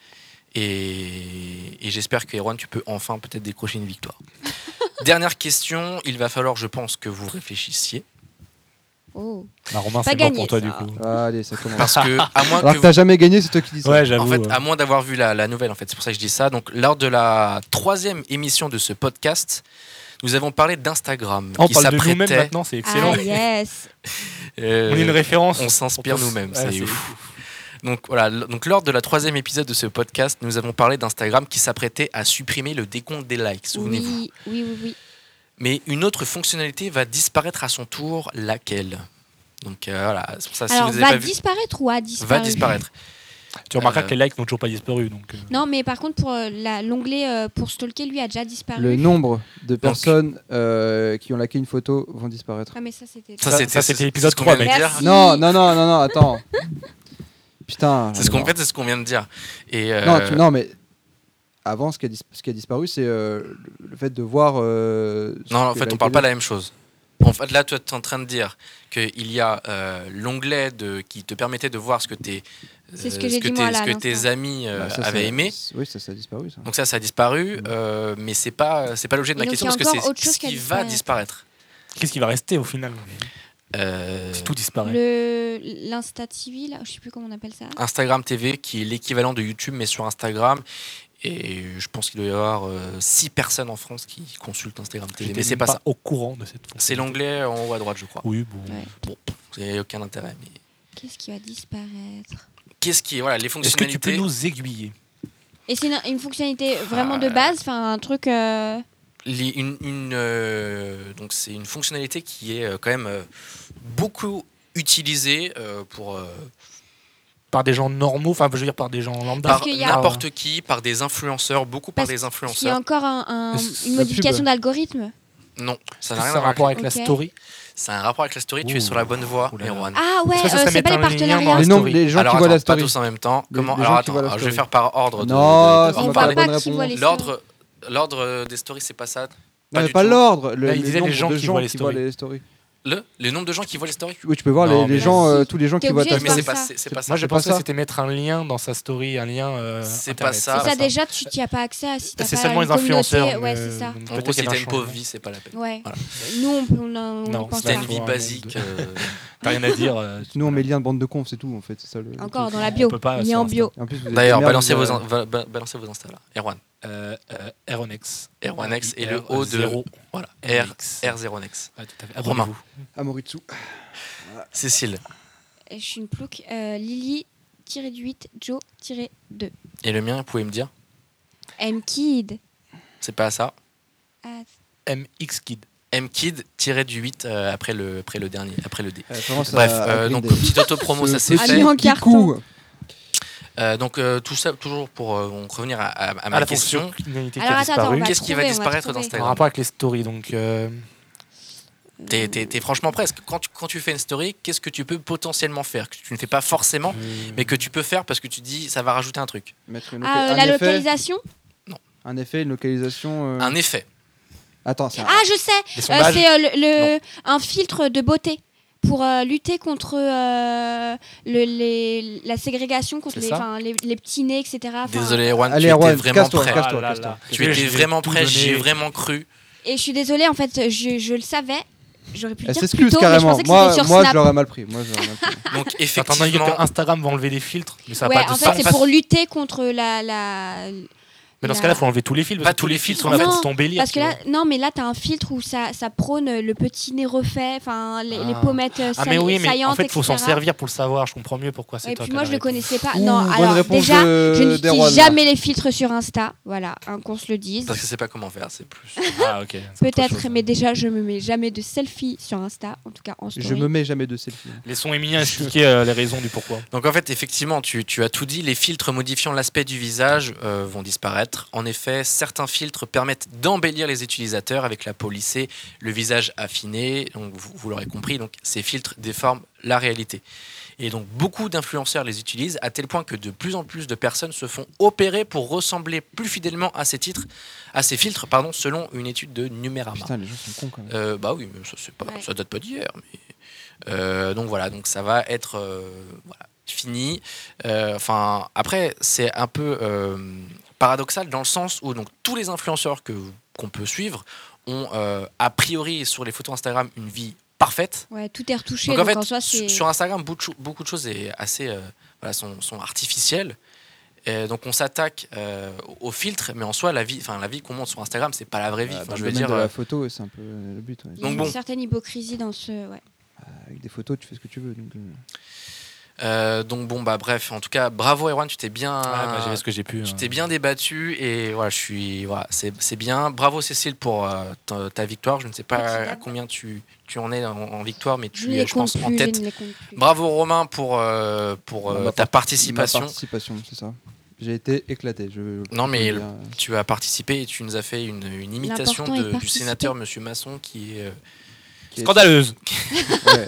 S1: Et, et j'espère que Erwan, tu peux enfin peut-être décrocher une victoire. Dernière question, il va falloir, je pense, que vous réfléchissiez.
S4: Oh
S2: Bah, Romain,
S4: Pas
S2: c'est bon
S4: gagné,
S2: pour toi,
S4: ça.
S2: du coup.
S3: Allez, ça commence.
S1: Parce que, à moins
S2: Ah,
S3: Alors
S1: que
S3: que
S1: vous-
S3: t'as jamais gagné, c'est toi qui dis ça.
S2: Ouais,
S1: En
S2: j'avoue.
S1: fait,
S2: euh.
S1: à moins d'avoir vu la, la nouvelle, en fait, c'est pour ça que je dis ça. Donc, lors de la troisième émission de ce podcast, nous avons parlé d'Instagram.
S2: Ah, On
S1: qui
S2: parle de nous-mêmes
S1: s'apprêtait,
S2: maintenant, c'est excellent.
S4: Ah yes
S1: euh,
S2: On est une référence.
S1: on s'inspire
S2: On pense-
S1: nous-mêmes,
S2: Ouais,
S1: c'est
S2: c'est
S1: ouf. Donc voilà, l- donc lors de la troisième épisode de ce podcast, nous avons parlé d'Instagram qui s'apprêtait à supprimer le décompte des likes, souvenez-vous.
S4: Oui, oui, oui, oui.
S1: Mais une autre fonctionnalité va disparaître à son tour, laquelle Donc euh, voilà, c'est pour ça, si
S4: Alors,
S1: vous n'avez
S4: va
S1: pas vu,
S4: disparaître ou a disparu
S1: va disparaître.
S2: Tu remarqueras
S1: Euh,
S2: que les likes n'ont toujours pas disparu. Donc, euh,
S4: Non, mais par contre, pour euh, la- l'onglet euh, pour stalker, lui, a déjà disparu.
S3: Le nombre de personnes euh, qui ont liké une photo vont disparaître.
S4: Ah, mais ça, c'était...
S1: Ça,
S2: Ça,
S1: c'était
S2: ça,
S1: c'est-
S2: c'était
S1: c'est
S2: l'épisode
S1: ce qu'on vient de
S4: 3,
S1: dire.
S4: merci. Si.
S3: Non, non, non, non, non, attends. Putain.
S1: C'est ce qu'on
S3: non.
S1: en fait, c'est ce qu'on vient de dire. Et euh,
S3: Non, tu- non, mais avant, ce qui a, dis- ce qui a disparu, c'est euh, le- le fait de voir. euh, ce
S1: non, en
S3: que
S1: fait,
S3: la
S1: on parle pas de
S3: télé-
S1: la même chose. En fait, là, tu es en train de dire qu'il y a euh, l'onglet de- qui te permettait de voir ce que tes,
S4: C'est ce
S1: euh,
S4: que j'ai dit, moi, là,
S1: ce
S4: à
S1: que tes
S4: l'instant.
S1: amis euh,
S3: Bah, ça,
S1: avaient
S3: ça-
S1: aimé.
S3: c'est- Oui, ça, ça a disparu. Ça.
S1: Donc ça, ça a disparu,
S2: Mm.
S1: euh, mais c'est pas c'est pas l'objet de ma
S4: Et donc,
S1: question
S4: il y a
S1: parce que
S4: encore
S1: c'est
S4: autre chose
S1: ce
S4: qui a
S1: qui va disparaître.
S2: qu'est-ce qui va rester au final
S1: Euh,
S2: Si tout disparaît.
S4: Le l'insta TV, là, je sais plus comment on appelle ça.
S1: Instagram TV qui est l'équivalent de YouTube mais sur Instagram. Et je pense qu'il doit y avoir 6 personnes en France qui consultent Instagram TV.
S2: J'étais
S1: Mais c'est
S2: même
S1: pas ça.
S2: Au courant de cette.
S1: C'est l'onglet en haut à droite, je crois.
S2: Oui, bon.
S4: Ouais.
S1: Bon, il n'y a aucun intérêt. Mais...
S4: Qu'est-ce qui va disparaître
S1: Qu'est-ce qui est voilà les
S2: Est-ce que tu peux
S1: fonctionnalités
S2: nous aiguiller
S4: Et c'est une, une fonctionnalité vraiment de
S1: Euh.
S4: base, enfin un truc. euh,
S1: les- une, une, euh, donc c'est une fonctionnalité qui est euh, quand même euh, beaucoup utilisée euh, pour euh,
S2: par des gens normaux, enfin, je veux dire par des gens lambda.
S4: Parce
S1: Par
S4: qu'il y a-
S1: n'importe qui, par des influenceurs, beaucoup par
S4: Parce
S1: des
S4: Il y a
S1: influenceurs.
S4: encore un- un-
S3: Est-ce
S4: une
S3: la
S4: modification
S3: pub
S4: d'algorithme.
S1: Non, ça
S2: Ça
S1: n'a rien
S2: a
S1: à
S2: un
S1: voir.
S2: rapport avec la
S4: Ok.
S2: story.
S1: C'est un rapport avec la story, tu
S2: Ouh.
S1: es sur la bonne voie,
S2: Ouh là là.
S1: Erwan.
S4: Ah ouais,
S2: Est-ce que ça
S4: euh,
S2: serait
S4: c'est pas les
S2: mettre un lien dans
S4: partenariats.
S3: hein, Les,
S2: la
S3: noms-
S2: story.
S3: les gens
S1: alors,
S3: qui voient
S1: attends,
S3: la story.
S1: pas tous en même temps.
S3: Les-
S1: Comment
S3: les
S1: Alors
S3: gens qui
S1: attends,
S3: voient la
S1: alors, je vais
S3: story.
S1: faire par ordre. de-
S3: Non,
S1: de- de-
S3: ça
S1: on
S4: On
S1: parle-
S3: va
S4: parle
S3: la bonne
S4: pas qui voit
S3: réponse.
S4: les
S1: L'ordre, l'ordre des stories, c'est pas ça.
S3: Non,
S1: Pas
S3: mais
S1: du
S3: pas
S1: tout.
S3: l'ordre, le,
S2: Là, il
S3: le
S2: disait les
S3: nombre
S2: gens
S3: de
S2: qui
S3: gens
S2: voient les
S3: qui voient
S2: stories.
S3: les stories.
S1: Le, le nombre de gens qui voient les stories.
S3: Oui, tu peux voir
S2: Non,
S3: les,
S2: mais
S3: les
S2: là,
S3: gens,
S4: si.
S3: euh, tous les gens
S4: T'es
S3: qui voient
S4: obligé
S3: ta
S4: de
S1: mais
S3: story.
S1: c'est
S4: pas
S1: pas,
S4: ça.
S1: c'est c'est pas ça.
S2: Moi, je
S3: C'est pas
S2: pensais que
S3: ça.
S2: c'était mettre un lien dans sa story, un lien. euh,
S1: C'est
S2: Internet.
S1: pas ça.
S4: C'est ça,
S1: Ah,
S4: déjà, tu n'y as pas accès à si t'as
S2: C'est
S4: pas
S2: seulement
S4: une
S2: les influenceurs.
S4: communauté. Ouais,
S2: mais-
S4: c'est ça.
S2: donc
S1: En gros, si
S2: peut-être qu'il y a
S1: t'as
S2: un
S1: une pauvre
S2: changement.
S1: vie, c'est pas la peine.
S4: Ouais.
S1: Voilà.
S4: Nous, on, on, a- on y
S2: Non,
S4: pense
S2: c'est
S1: T'as
S4: pas.
S1: une vie
S2: Faut un
S1: basique.
S2: monde.
S1: euh,
S2: T'as rien à dire. euh, tu-
S3: Nous, on met lien de bande de cons, c'est tout, en fait. c'est ça, le- le
S4: Encore
S3: truc.
S4: dans la bio.
S2: On peut pas,
S4: Il est
S2: sur
S4: en
S2: Insta.
S4: bio.
S3: Et en plus, vous êtes
S1: D'ailleurs,
S3: des merdes,
S1: balancez
S3: euh,
S1: vos, in- va- ba- balancez vos Insta là. Erwan.
S2: Euh, euh, Aeronex.
S1: Aeronex et le haut de-
S2: Zéro.
S1: Voilà. R,
S2: X.
S1: R0Nex.
S2: Ouais, tout à fait.
S1: Romain.
S2: Abonnez-vous.
S3: Amoritsu. Bah.
S1: Cécile.
S4: Et Je suis une plouc. Euh, Lily, tiré du 8, Joe, tiré 2.
S1: Et le mien, vous pouvez me dire
S4: M-Kid.
S1: C'est pas ça.
S4: Ah,
S2: MX Kid.
S1: M-Kid tiré du 8 euh, après, le, après le dernier, après le D.
S3: Euh, Florence
S1: Bref,
S3: a- a
S1: euh,
S3: pris
S1: donc
S3: des-
S1: petite auto-promo,
S3: ce
S1: ça s'est
S4: Ah,
S1: fait.
S4: non. en
S3: petit
S4: carton.
S3: coup.
S1: Euh, donc euh, tout ça, toujours pour euh, donc, revenir à, à- à ma question.
S2: fonctionnalité qui
S4: Alors,
S2: a
S4: attends, attends, on
S2: disparu.
S4: va
S1: Qu'est-ce qui va
S4: trouver, on
S1: disparaître
S4: trouver.
S1: d'Instagram
S2: En rapport avec les stories, donc. euh,
S1: T'es, t'es- t'es franchement presque. Quand tu, quand tu fais une story, qu'est-ce que tu peux potentiellement faire Que tu ne fais pas forcément, mais que tu peux faire parce que tu dis ça va rajouter un truc.
S3: Mettre une loca-
S4: Ah, euh,
S3: un
S4: la
S3: effet-
S4: localisation
S3: Un effet, une localisation. euh,
S1: Un effet.
S3: Attends, c'est un-
S4: Ah, je sais
S2: Les
S4: Euh,
S2: sondages.
S4: C'est euh, le, le- un filtre de beauté pour euh, lutter contre euh, le- les- la ségrégation, contre
S2: C'est
S4: les,
S2: ça
S4: enfin, les, les petits nez, etc. Enfin,
S1: Désolé, Erwan,
S3: Allez,
S1: tu
S3: Erwan,
S1: étais vraiment
S3: casse-toi,
S1: prêt.
S2: casse-toi.
S3: casse-toi,
S2: Ah là
S3: casse-toi.
S2: là.
S1: Tu étais
S2: J'ai
S1: vraiment
S2: tout
S1: prêt,
S2: donné.
S1: j'y ai vraiment cru.
S4: Et je suis désolée, en fait, je, je le savais. J'aurais pu le
S3: Elle
S4: dire
S3: s'excuse
S4: plus tôt, mais je
S3: carrément.
S4: pensais que
S3: Moi,
S4: c'était sur
S3: moi je
S4: Snap.
S3: l'aurais mal pris. Moi, je l'aurais mal pris.
S1: Donc
S2: Attends, non, il y a
S1: effectivement,
S2: que Instagram va enlever les filtres, mais ça n'a
S4: Ouais,
S2: pas
S4: en
S2: de
S4: fait,
S2: sens.
S4: c'est pour lutter contre la... la
S2: Mais dans ce
S4: la-
S2: cas-là, il faut enlever tous les filtres.
S1: Pas
S2: parce que
S1: tous les filtres,
S2: sont
S4: en
S2: là pour
S4: fait.
S2: ton délire.
S4: Parce que
S2: tu
S4: là,
S2: vois.
S4: non, mais là, t'as un filtre où ça, ça prône le petit nez refait, enfin, les, les
S2: Ah.
S4: pommettes euh,
S2: Ah, mais oui, mais
S4: saillantes,
S2: en fait, il faut s'en
S4: etc..
S2: servir pour le savoir. Je comprends mieux pourquoi c'est
S4: Et
S2: toi.
S4: puis
S2: qui as
S4: moi,
S2: la
S4: je le
S2: réponse.
S4: connaissais pas.
S3: Ouh,
S4: non,
S3: bonne
S4: alors
S3: réponse
S4: déjà,
S3: de-
S4: je
S3: d'Erwan,
S4: n'utilise
S3: là.
S4: jamais les filtres sur Insta. Voilà, hein, qu'on se le dise.
S1: parce que c'est pas comment faire, c'est plus.
S2: Ah, ok. c'est autre chose.
S4: Peut-être, mais déjà, je me mets jamais de selfie sur Insta, en tout cas en story.
S3: Je me mets jamais de selfie.
S2: Laissons Emilien expliquer euh, les raisons du pourquoi.
S1: Donc en fait, effectivement, tu, tu as tout dit, les filtres modifiant l'aspect du visage euh, vont disparaître. En effet, certains filtres permettent d'embellir les utilisateurs avec la peau lissée, le visage affiné, donc vous, vous l'aurez compris, donc ces filtres déforment la réalité. Et donc beaucoup d'influenceurs les utilisent à tel point que de plus en plus de personnes se font opérer pour ressembler plus fidèlement à ces titres, à ces filtres, pardon, selon une étude de Numérama.
S3: Putain, les gens sont cons quand même.
S1: Euh, bah oui, mais ça, c'est pas,
S4: Ouais.
S1: ça date pas d'hier. mais- Euh, donc voilà, donc ça va être euh, voilà, fini. Euh, Enfin, après, c'est un peu euh, paradoxal dans le sens où donc tous les influenceurs que qu'on peut suivre ont euh, a priori sur les photos Instagram une vie parfaite.
S4: Ouais, tout est retouché.
S1: Donc
S4: Donc
S1: en fait,
S4: en soi,
S1: su-
S4: c'est.
S1: sur Instagram, beaucoup de cho- beaucoup de choses est assez, euh, voilà, sont, sont artificielles. Et donc on s'attaque euh, au filtre, mais en soi, la vie, enfin la vie qu'on montre sur Instagram, c'est pas la vraie vie.
S3: Bah,
S1: Enfin,
S3: dans
S1: je
S3: le
S1: veux
S3: domaine
S1: dire,
S3: de
S1: euh,
S3: la photo, c'est un peu euh, le but. ouais.
S4: Il y a
S1: Donc
S4: une
S1: bon.
S4: certaine hypocrisie dans ce. Ouais.
S3: Avec des photos, tu fais ce que tu veux. donc, euh.
S1: Euh, donc bon bah bref, en tout cas bravo Erwan, tu t'es bien,
S2: Ah, bah, j'ai fait ce que j'ai pu.
S1: tu
S2: hein.
S1: t'es bien débattu et voilà je suis voilà c'est c'est bien. Bravo Cécile pour euh, ta, ta victoire. Je ne sais pas
S4: Petit
S1: à
S4: dab.
S1: combien tu, tu en es en, en victoire, mais
S4: Je
S1: tu
S4: ne
S1: es
S4: les
S1: je
S4: compte
S1: pense en
S4: plus. Je
S1: tête.
S4: ne les compte plus.
S2: Bah,
S1: Bravo Romain pour euh, pour euh,
S3: Ma part-
S1: ta
S3: Ma
S1: participation.
S3: participation, c'est ça. J'ai été éclaté. Je, je-
S1: Non, mais
S3: je veux dire, euh,
S1: Tu as participé et tu nous as fait une, une imitation
S4: L'important est
S1: de-
S4: de
S1: du
S4: participer.
S1: sénateur Monsieur Masson qui est euh,
S3: qui est-
S2: Scandaleuse.
S3: ouais, euh,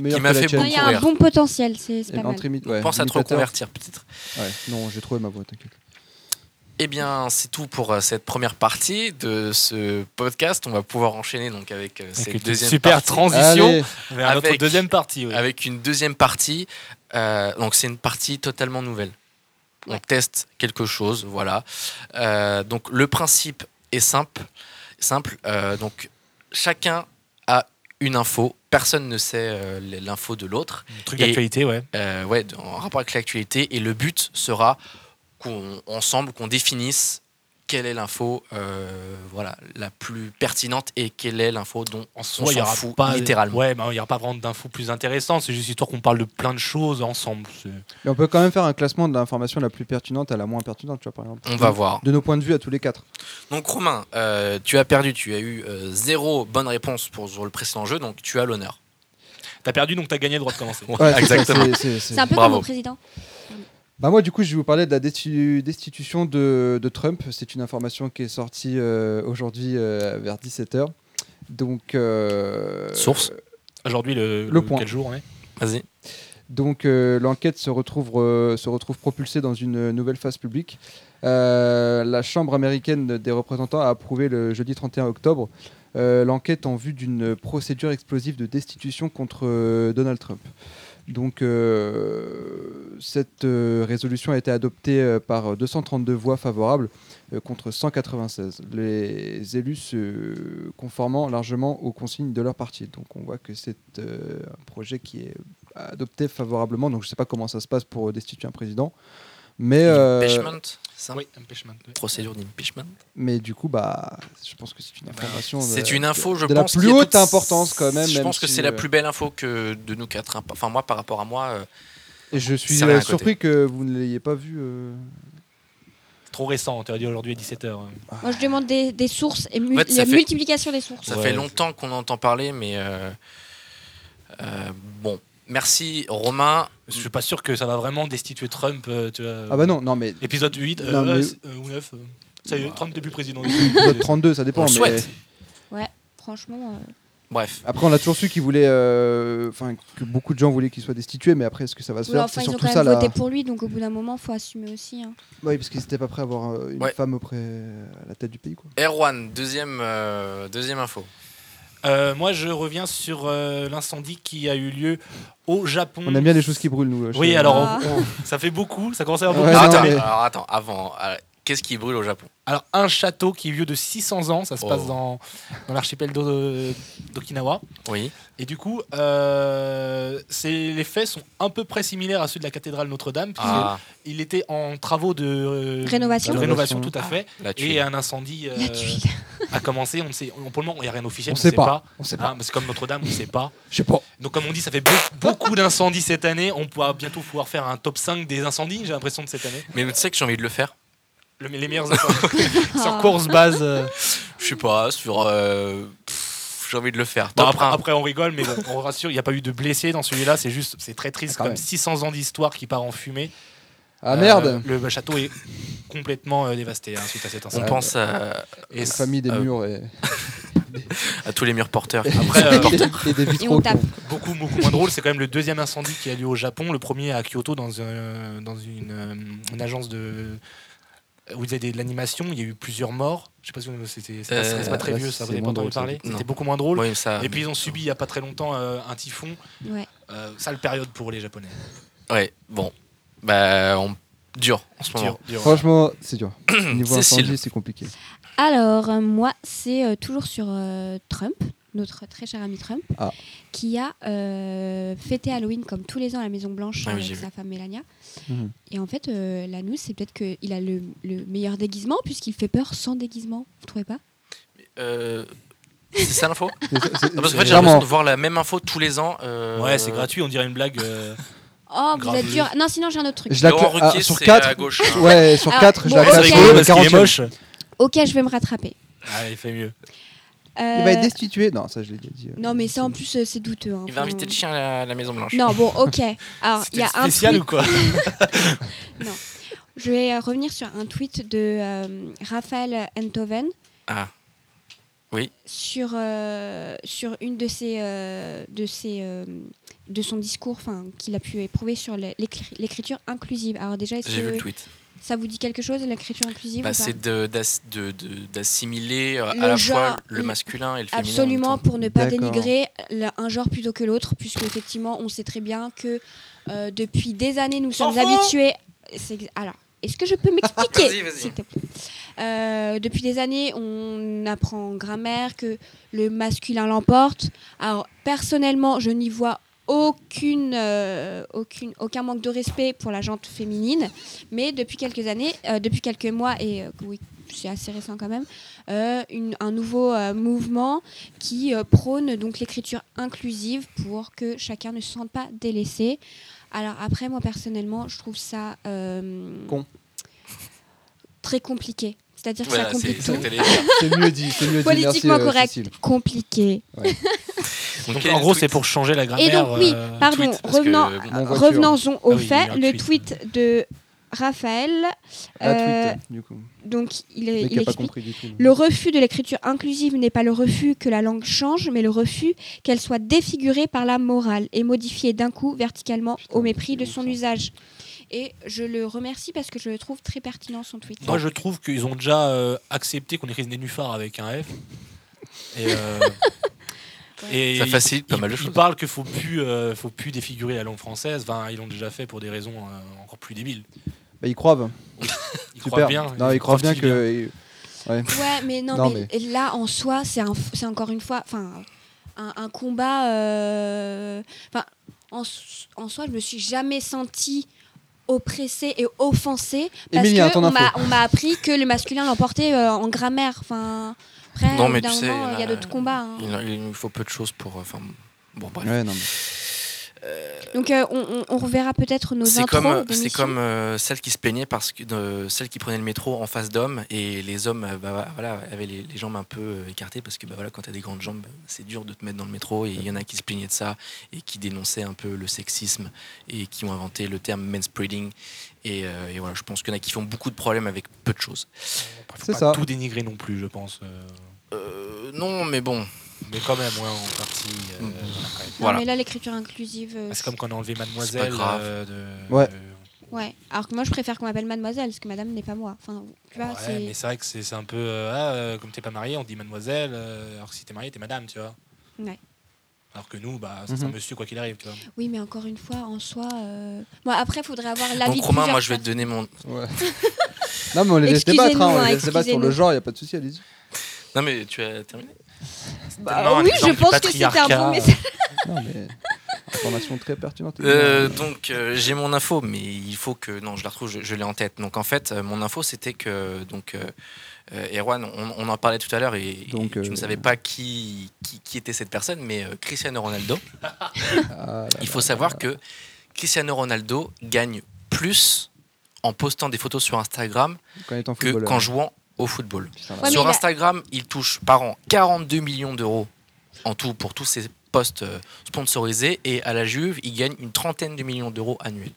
S3: meilleur
S1: Qui m'a
S3: que la
S1: fait
S4: Non,
S3: tienne.
S4: Il y a un
S1: courir.
S4: bon potentiel, c'est c'est pas mal.
S3: Entre imi- ouais,
S1: pense à te
S3: imitateur.
S1: reconvertir peut-être.
S3: Ouais, Non, j'ai trouvé ma voix, t'inquiète.
S1: Eh bien, c'est tout pour euh, cette première partie de ce podcast. On va pouvoir enchaîner donc avec euh,
S2: Avec
S1: cette
S2: une
S1: deuxième
S2: super
S1: partie.
S2: transition
S3: Allez,
S2: vers notre
S1: Avec-
S2: deuxième partie. oui.
S1: avec une deuxième partie. Euh, donc c'est une partie totalement nouvelle. On
S4: Ouais.
S1: teste quelque chose, voilà. Euh, donc le principe est simple. Simple. euh, donc chacun a une info. Personne ne sait euh, l'info de l'autre.
S2: Un Truc
S1: Et-
S2: d'actualité, ouais.
S1: Euh, ouais, en rapport avec l'actualité. Et le but sera qu'on ensemble qu'on définisse quelle est l'info, euh, voilà, la plus pertinente et quelle est l'info dont
S2: En
S1: On
S2: soi, il
S1: s'en
S2: n'y aura
S1: fout,
S2: pas
S1: littéralement.
S2: Ouais, bah, il y aura pas vraiment d'infos plus intéressantes. C'est juste histoire qu'on parle de plein de choses ensemble. c'est-
S3: mais on peut quand même faire un classement de l'information la plus pertinente à la moins pertinente, tu vois, par exemple.
S1: on va voir.
S3: De nos points de vue à tous les quatre.
S1: Donc Romain, euh, tu as perdu, tu as eu euh, zéro bonne réponse pour sur le précédent jeu, donc tu as l'honneur.
S2: T'as perdu donc t'as gagné le droit de commencer.
S1: Ouais,
S3: Ouais, c'est ça,
S1: exactement.
S3: c'est- c'est- c'est-
S4: C'est un peu
S1: Bravo.
S4: comme au président.
S3: Bah moi, du coup, je vais vous parler de la destitu- destitution de, de Trump. C'est une information qui est sortie euh, aujourd'hui euh, vers 17h. Donc, euh,
S1: Source.
S2: Aujourd'hui, le,
S3: Le point.
S2: Quel jour on est
S1: Vas-y.
S3: Donc euh, l'enquête se retrouve, euh, se retrouve propulsée dans une nouvelle phase publique. Euh, la Chambre américaine des représentants a approuvé le jeudi 31 octobre euh, l'enquête en vue d'une procédure explosive de destitution contre euh, Donald Trump. Donc euh, cette euh, résolution a été adoptée euh, par 232 voix favorables euh, contre 196, les élus se conformant largement aux consignes de leur parti. Donc on voit que c'est euh, un projet qui est adopté favorablement. Donc je ne sais pas comment ça se passe pour destituer un président. Mais, euh,
S1: Impeachment, ça
S2: Oui, impeachment. oui.
S1: Procédure d'impeachment.
S3: mais du coup, bah, je pense que c'est une information.
S1: C'est
S3: euh,
S1: une info, je
S3: de la
S1: pense.
S3: plus
S1: qui est
S3: haute
S1: toute-
S3: importance, quand même,
S1: Je
S3: même
S1: pense que
S3: si,
S1: c'est la
S3: euh,
S1: plus belle info que de nous quatre. imp- Enfin, moi, par rapport à moi, euh,
S3: Et je suis
S1: Ça n'a rien à
S3: euh,
S1: côté.
S3: surpris que vous ne l'ayez pas vu. euh.
S2: Bah Trop récent, on t'aurait dit aujourd'hui à euh. 17h.
S4: Moi, je demande des, des sources et mu-
S1: En fait, ça
S4: la
S1: fait-
S4: multiplication des sources.
S1: ça
S2: Ouais,
S1: fait
S2: c'est-
S1: longtemps qu'on entend parler, mais euh, euh, bon. Merci Romain.
S2: Je suis pas sûr que ça va vraiment destituer Trump. euh, tu vois.
S3: Ah bah non, non mais
S2: Épisode 8 euh,
S3: Non, mais-
S2: c'est- euh, ou 9. euh. Ça y est, Trump n'est plus président.
S3: épisode 32, ça dépend.
S1: On le
S3: mais-
S1: souhaite.
S4: Franchement, euh,
S1: Bref.
S3: Après, on a toujours su qu'il voulait, euh, enfin, que beaucoup de gens voulaient qu'il soit destitué, mais après, est-ce que ça va se
S4: oui,
S3: faire
S4: enfin,
S3: C'est
S4: ils ont
S3: surtout
S4: quand
S3: ça
S4: même
S3: là.
S4: voté pour lui, donc au bout d'un moment, faut assumer aussi. hein.
S3: Oui, parce qu'ils n'étaient pas prêts à avoir euh, une
S1: Ouais.
S3: femme auprès euh, à la tête du pays,
S2: Mm.
S3: quoi.
S1: Erwan, deuxième, euh, deuxième info.
S2: Euh, moi, je reviens sur euh, l'incendie qui a eu lieu au Japon.
S3: On aime bien les choses qui brûlent, nous. euh,
S2: Oui,
S3: chez-
S2: alors
S4: Ah.
S2: on- on- ça fait beaucoup, ça commence à faire beaucoup.
S3: Ouais,
S1: Alors,
S3: non,
S1: Ah, attends,
S3: mais-
S1: alors, attends, avant, euh, qu'est-ce qui brûle au Japon
S2: Alors, un château qui est vieux de 600 ans, ça se
S1: Oh.
S2: passe dans, dans l'archipel d'O- d'Okinawa.
S1: Oui.
S2: Et du coup, euh, c'est- les faits sont à peu près similaires à ceux de la cathédrale Notre-Dame, puisque
S1: Ah,
S2: il était en travaux de euh,
S4: Rénovation. Ah.
S2: de rénovation, tout à fait.
S1: la
S2: Et
S1: tuile.
S2: un incendie euh,
S4: La tuile.
S2: a commencé. On ne sait, on- pour le moment, il n'y a rien officiel.
S3: On
S2: ne
S3: sait pas. On sait pas.
S2: Hein, parce que comme Notre-Dame, on ne sait pas.
S3: Je sais pas.
S2: Donc, comme on dit, ça fait beaucoup, beaucoup d'incendies cette année. On pourra bientôt pouvoir faire un top 5 des incendies, j'ai l'impression, de cette année.
S1: Mais tu sais que j'ai envie de le faire
S2: Le- les meilleurs incendies. Sur
S4: Ah.
S2: course base. euh,
S1: Je sais pas, sur. euh, pff, j'ai envie de le faire. Top
S2: Bon, Bah, après,
S1: un.
S2: après, on rigole, mais bon, on rassure, il n'y a pas eu de blessés dans celui-là. C'est juste, c'est très triste,
S3: Ah, quand
S2: comme
S3: même.
S2: 600 ans d'histoire qui part en fumée.
S3: Ah
S2: Euh,
S3: merde
S2: Le château est complètement euh, dévasté hein, suite à cet
S1: on
S2: incendie.
S1: pense à,
S2: Et
S3: La famille des
S1: euh,
S3: murs et,
S1: à tous les murs porteurs.
S2: Après, euh,
S3: et des
S4: Et
S3: vitraux.
S4: on tape.
S2: beaucoup, beaucoup moins drôle, c'est quand même le deuxième incendie qui a lieu au Japon, le premier à Kyoto dans, euh, dans une, euh, une agence de où ils faisaient de l'animation. Il y a eu plusieurs morts. Je sais pas si vous- c'était c'est pas-
S1: Euh,
S2: c'est pas très
S3: là,
S2: vieux, ça vous
S3: c'est
S2: n'avez pas
S3: moins
S2: entendu
S3: drôle, ça.
S2: parler.
S1: Non.
S2: C'était beaucoup moins drôle.
S1: Oui, ça-
S2: Et puis ils ont subi il y a pas très longtemps euh, un typhon.
S4: Ouais.
S2: Euh, sale période pour les Japonais.
S1: Ouais, bon. Bah, on... dur en ce moment.
S2: Dur, dur.
S3: Franchement, c'est dur. Niveau
S1: Cécile.
S3: incendie, c'est compliqué.
S4: Alors, euh, moi, c'est euh, toujours sur euh, Trump, notre très cher ami Trump,
S3: Ah.
S4: qui a euh, fêté Halloween comme tous les ans à la Maison-Blanche
S1: Ah oui, j'ai
S4: avec
S1: vu.
S4: sa femme Melania.
S3: Mhm.
S4: Et en fait, euh, la news, c'est peut-être qu'il a le, le meilleur déguisement, puisqu'il fait peur sans déguisement. Vous trouvez pas
S1: Euh, c'est ça l'info Ah,
S3: C'est- c'est-
S1: Parce
S3: c'est
S1: qu'en fait, j'ai
S3: vraiment-
S1: l'impression de voir la même info tous les ans. euh,
S2: Ouais, c'est gratuit, on dirait une blague. euh,
S4: Oh, vous
S2: Grave.
S4: êtes dur. Non, sinon, j'ai un autre truc.
S3: Je la
S1: Laurent
S3: cla- ah,
S1: Ruquier,
S3: sur
S1: c'est
S3: 4.
S1: à gauche. hein.
S3: Ouais, sur
S4: Ah,
S3: 4, je
S4: bon,
S3: la
S4: c'est
S3: classe.
S4: rigolo
S3: au
S4: parce
S3: 40e.
S4: Ok, je vais me rattraper.
S2: Ah, il fait mieux.
S3: Il va
S4: Euh,
S3: être destitué. Non, ça, je l'ai déjà dit. euh.
S4: non, mais ça, en plus, euh, c'est douteux. hein.
S1: Il va
S4: Enfin,
S1: inviter le chien à la, la Maison Blanche.
S4: Non, bon, ok. Alors, il
S2: C'était
S4: y a un
S2: spécial
S4: truc
S2: ou quoi
S4: Je vais euh, revenir sur un tweet de euh, Raphaël Enthoven.
S1: Ah. Oui.
S4: Sur, euh, sur une de ses, euh, de ses, euh, de son discours, enfin, qu'il a pu éprouver sur l'é- l'écri- l'écriture inclusive. Alors déjà, est-ce
S1: J'ai vu le
S4: que
S1: tweet.
S4: ça vous dit quelque chose l'écriture inclusive
S1: Bah,
S4: ou pas
S1: c'est de- d'ass- de- de- d'assimiler euh,
S4: Le
S1: à la
S4: genre,
S1: fois le
S4: le-
S1: masculin et le féminin. en
S4: Absolument,
S1: même temps.
S4: pour ne pas
S3: D'accord.
S4: dénigrer la- un genre plutôt que l'autre, puisque effectivement, on sait très bien que euh, depuis des années, nous sommes
S2: Enfant
S4: habitués. C'est ex- Alors, est-ce que je peux
S1: Vas-y,
S4: m'expliquer
S1: vas-y.
S4: s'il te plaît Euh, Depuis des années, on apprend en grammaire que le masculin l'emporte. Alors, personnellement, je n'y vois aucune, euh, aucune, aucun manque de respect pour la gente féminine, mais depuis quelques années, euh, depuis quelques mois, et euh, oui, c'est assez récent quand même, euh, une- un nouveau euh, mouvement qui euh, prône donc l'écriture inclusive pour que chacun ne se sente pas délaissé. Alors après, moi personnellement, je trouve ça euh,
S3: Con.
S4: très compliqué. C'est-à-dire que
S1: Voilà,
S4: ça
S1: c'est
S4: complique
S1: c'est ce
S4: tout.
S1: que t'allais dire.
S3: euh, C'est mieux dit. C'est mieux dit. Merci,
S4: Politiquement
S3: euh,
S4: correct,
S3: Cécile.
S4: compliqué.
S2: Donc,
S1: quel est
S2: en
S1: le
S2: gros,
S1: tweet
S2: c'est pour changer la grammaire.
S4: Et donc, oui,
S2: euh,
S1: par-
S4: pardon,
S1: tweet, parce que,
S4: revenant-
S1: bon,
S3: Mon voiture.
S4: revenons-en au
S2: Ah oui, il y a
S4: fait.
S2: un
S4: Le
S2: tweet.
S4: tweet de Raphaël,
S3: À
S4: euh,
S3: tweet, du coup.
S4: donc il,
S3: Mais
S4: est,
S3: qui
S4: il
S3: n'a pas
S4: explique
S3: compris du tout.
S4: Le refus de l'écriture inclusive n'est pas le refus que la langue change, mais le refus qu'elle soit défigurée par la morale et modifiée d'un coup verticalement
S3: Putain,
S4: au mépris de
S3: c'est ouf,
S4: son
S3: ça.
S4: usage. Et je le remercie parce que je le trouve très pertinent son tweet.
S2: Moi, je trouve qu'ils ont déjà euh, accepté qu'on écrive Nénuphar avec un F. Et, euh, et
S1: Ça
S2: ils-
S1: facilite pas
S2: ils-
S1: mal de
S2: ils
S1: choses.
S2: parlent qu'il faut plus, euh, faut plus défigurer la langue française. Enfin, ils l'ont déjà fait pour des raisons euh, encore plus débiles.
S3: Bah, ils croivent.
S2: Ils euh,
S3: Super.
S2: croient bien.
S3: non, ils croivent bien
S2: croient-ils
S3: que. Ouais.
S4: Ouais, mais non,
S3: Non,
S4: mais, là en soi, c'est un- c'est encore une fois, enfin, un, un combat. euh, Enfin, en, s- en soi, je me suis jamais sentie oppressée et offensée parce
S3: Émilie, hein,
S4: que
S3: ton
S4: on
S3: info.
S4: m'a- on m'a appris que le masculin l'emportait euh, en grammaire. Enfin, après,
S1: Non,
S4: au
S1: mais
S4: bout
S1: tu
S4: d'un
S1: sais,
S4: moment,
S1: il y en
S4: il y a
S1: a-
S4: d'autres combats. hein.
S1: Il, il nous faut peu de choses pour. euh, Enfin, bon, bref.
S3: Ouais, non, mais-
S4: Donc euh, on, on- on reverra peut-être nos
S1: C'est
S4: intros.
S1: comme, euh, c'est
S4: d'émissions.
S1: comme euh, celle qui se plaignait parce que de- celle qui prenait le métro en face d'hommes et les hommes euh, bah, voilà, avaient les, les jambes un peu euh, écartées parce que bah, voilà, quand tu as des grandes jambes, c'est dur de te mettre dans le métro. Et il y en a qui se plaignaient de ça et qui dénonçaient un peu le sexisme et qui ont inventé le terme manspreading. Et, euh, et voilà, je pense qu'il y en a qui font beaucoup de problèmes avec peu de choses.
S2: bien. Faut
S3: C'est
S2: pas
S3: ça.
S2: tout dénigrer non plus, je pense. euh,
S1: Euh, non, mais bon,
S2: mais quand même, ouais, en partie. euh,
S1: Mm.
S2: voilà, quand même.
S4: Non,
S1: voilà.
S4: mais là l'écriture inclusive. euh,
S2: Ah, C'est comme quand on a enlevé
S1: C'est pas
S2: Mademoiselle.
S1: grave.
S2: euh, de-
S3: Ouais.
S2: de-
S4: Ouais. Alors que moi je préfère qu'on m'appelle mademoiselle parce que madame n'est pas moi. Enfin, tu vois,
S2: Ouais,
S4: Bah, c'est-
S2: mais c'est vrai que c'est c'est un peu. euh, ah, euh, comme t'es pas marié, on te dit mademoiselle, euh, alors que si t'es marié, t'es madame, tu vois.
S4: Ouais.
S2: Alors que nous, bah, c'est un
S3: Mhm.
S2: monsieur, quoi qu'il arrive, tu vois.
S4: Oui, mais encore une fois, en soi. euh, Bon, après, faudrait avoir l'avis.
S1: Donc
S4: de
S1: Romain,
S4: plusieurs
S1: moi je vais te
S4: personnes.
S1: donner mon.
S3: Ouais. non, mais on les laisse
S4: Excusez-nous,
S3: débattre, hein, on
S4: hein,
S3: les laisse débattre sur le
S4: excusez-nous.
S3: genre, il a pas de souci, allez-y.
S1: Non mais tu as terminé.
S4: Bah,
S2: tellement un
S4: oui,
S2: exemple
S4: je
S2: du
S4: pense que c'était un
S2: patriarcat,
S4: bon message.
S3: Non, mais. Information très pertinente.
S1: Euh, donc euh, j'ai mon info, mais il faut que non, je la retrouve, je, je l'ai en tête. Donc en fait, euh, mon info c'était que donc euh, euh, Erwan, on, on en parlait tout à l'heure et, et
S3: Donc,
S1: tu
S3: euh,
S1: ne savais pas qui, qui qui était cette personne, mais euh, Cristiano Ronaldo.
S3: Ah, là,
S1: Il faut savoir que Cristiano Ronaldo gagne plus en postant des photos sur Instagram
S3: quand il est en
S1: que
S3: footballeur.
S1: qu'en jouant au football.
S3: Putain, la
S4: Ouais, mais
S1: sur
S4: il a-
S1: Instagram, il touche par an 42 millions d'euros en tout pour tous ses postes euh, sponsorisés et à la Juve, il gagne une trentaine de millions d'euros annuels.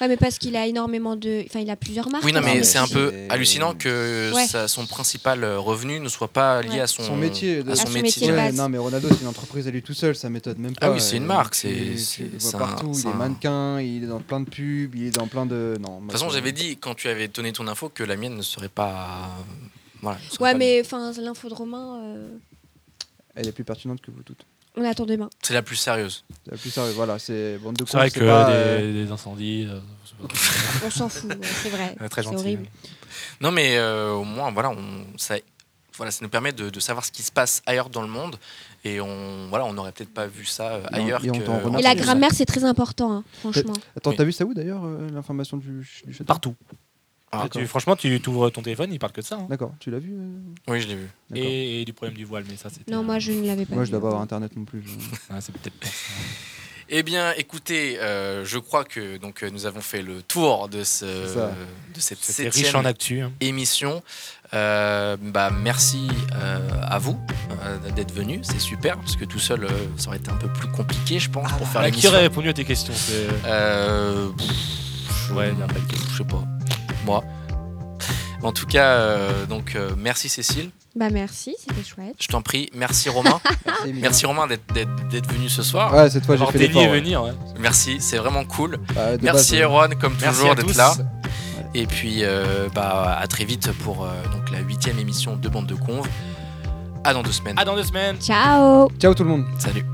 S4: Ouais, mais parce qu'il a énormément de. Enfin, il a plusieurs marques. hein,
S1: Oui, non,
S4: en
S1: mais
S4: fait.
S1: c'est un peu
S3: Ah, c'est-
S1: hallucinant que
S4: Ouais.
S1: sa- son principal euh, revenu ne soit pas lié
S4: Ouais.
S1: à son,
S3: Son métier, de-
S1: À
S3: À
S1: son
S4: son
S1: métier.
S4: métier.
S3: Ouais,
S4: passe.
S3: non, mais Ronaldo, c'est une entreprise à lui tout seul, ça m'étonne même pas.
S1: Ah oui, c'est une
S3: Euh,
S1: marque,
S3: tu-
S1: c'est-
S3: tu le
S1: c'est-
S3: vois
S1: c'est un-
S3: partout,
S1: c'est
S3: il est
S1: un-
S3: mannequin, il est dans plein de pubs, il est dans plein de. Non,
S1: De toute façon, j'avais dit quand tu avais donné ton info que la mienne ne serait pas. Voilà, ne serait
S4: Ouais,
S1: pas-
S4: mais enfin, l'info de Romain, euh,
S3: Elle est plus pertinente que vous toutes.
S4: on attend demain.
S1: C'est la plus sérieuse.
S3: C'est la plus sérieux, voilà, c'est bande de cons,
S2: C'est vrai que
S3: pas,
S2: euh,
S3: euh,
S2: des, des incendies. euh, c'est pas-
S4: On s'en fout, ouais, c'est vrai.
S2: euh, très
S4: C'est
S2: gentil.
S4: horrible.
S1: hein. Non, mais euh, au moins, voilà, on, ça, voilà, ça nous permet de, de savoir ce qui se passe ailleurs dans le monde. Et on voilà, on n'aurait peut-être pas vu ça euh,
S3: Et on-
S1: ailleurs.
S3: et on
S1: que-
S3: t'en remercie.
S4: Et la
S3: c'est ça.
S4: grammaire, c'est très important, hein, franchement.
S3: Attends,
S1: Oui.
S3: t'as vu ça où d'ailleurs, euh, l'information du, ch- du château
S2: Partout.
S1: Ah,
S2: Tu- franchement, tu ouvres ton téléphone, il parle que de ça. hein.
S3: D'accord, tu l'as vu euh
S1: Oui, je l'ai vu.
S3: D'accord.
S2: Et, et du problème du voile, mais ça, c'était.
S4: Non, moi, je ne l'avais pas.
S3: Moi, je
S4: vu.
S3: dois pas avoir internet non plus. je-
S2: Ah, c'est peut-être pas ça.
S1: Eh bien, écoutez, euh, je crois que donc euh, nous avons fait le tour de ce
S3: C'est ça.
S1: de cette
S2: C'était
S1: septième
S2: riche en actu. hein.
S1: émission. Euh, bah, merci euh, à vous euh, d'être venus, c'est super, parce que tout seul, euh, ça aurait été un peu plus compliqué, je pense, pour faire
S2: Ah, qui
S1: l'émission.
S2: aurait répondu à tes questions c'est-
S1: Euh, pff,
S2: Ouais, il y a un paquet.
S1: je sais pas. Moi. En tout cas, euh, donc euh, merci Cécile,
S4: Bah, merci, c'était chouette.
S1: je t'en prie. Merci Romain,
S3: Merci, Emilien.
S1: merci Romain d'être- d'être d'être venu ce soir.
S3: Ouais, cette fois, j'ai
S2: Avoir
S3: fait
S2: dénié
S3: l'effort. ouais.
S2: venir, ouais.
S1: Merci, c'est vraiment cool.
S3: Bah, de
S1: Merci
S3: base, euh,
S1: Erwan, comme
S2: Merci
S1: toujours,
S2: à
S1: d'être
S2: tous.
S1: là. Et puis, euh, bah, à très vite pour euh, donc la huitième émission de Bande de Conve. À dans deux semaines.
S2: À dans deux semaines.
S4: Ciao
S3: Ciao tout le monde.
S1: Salut.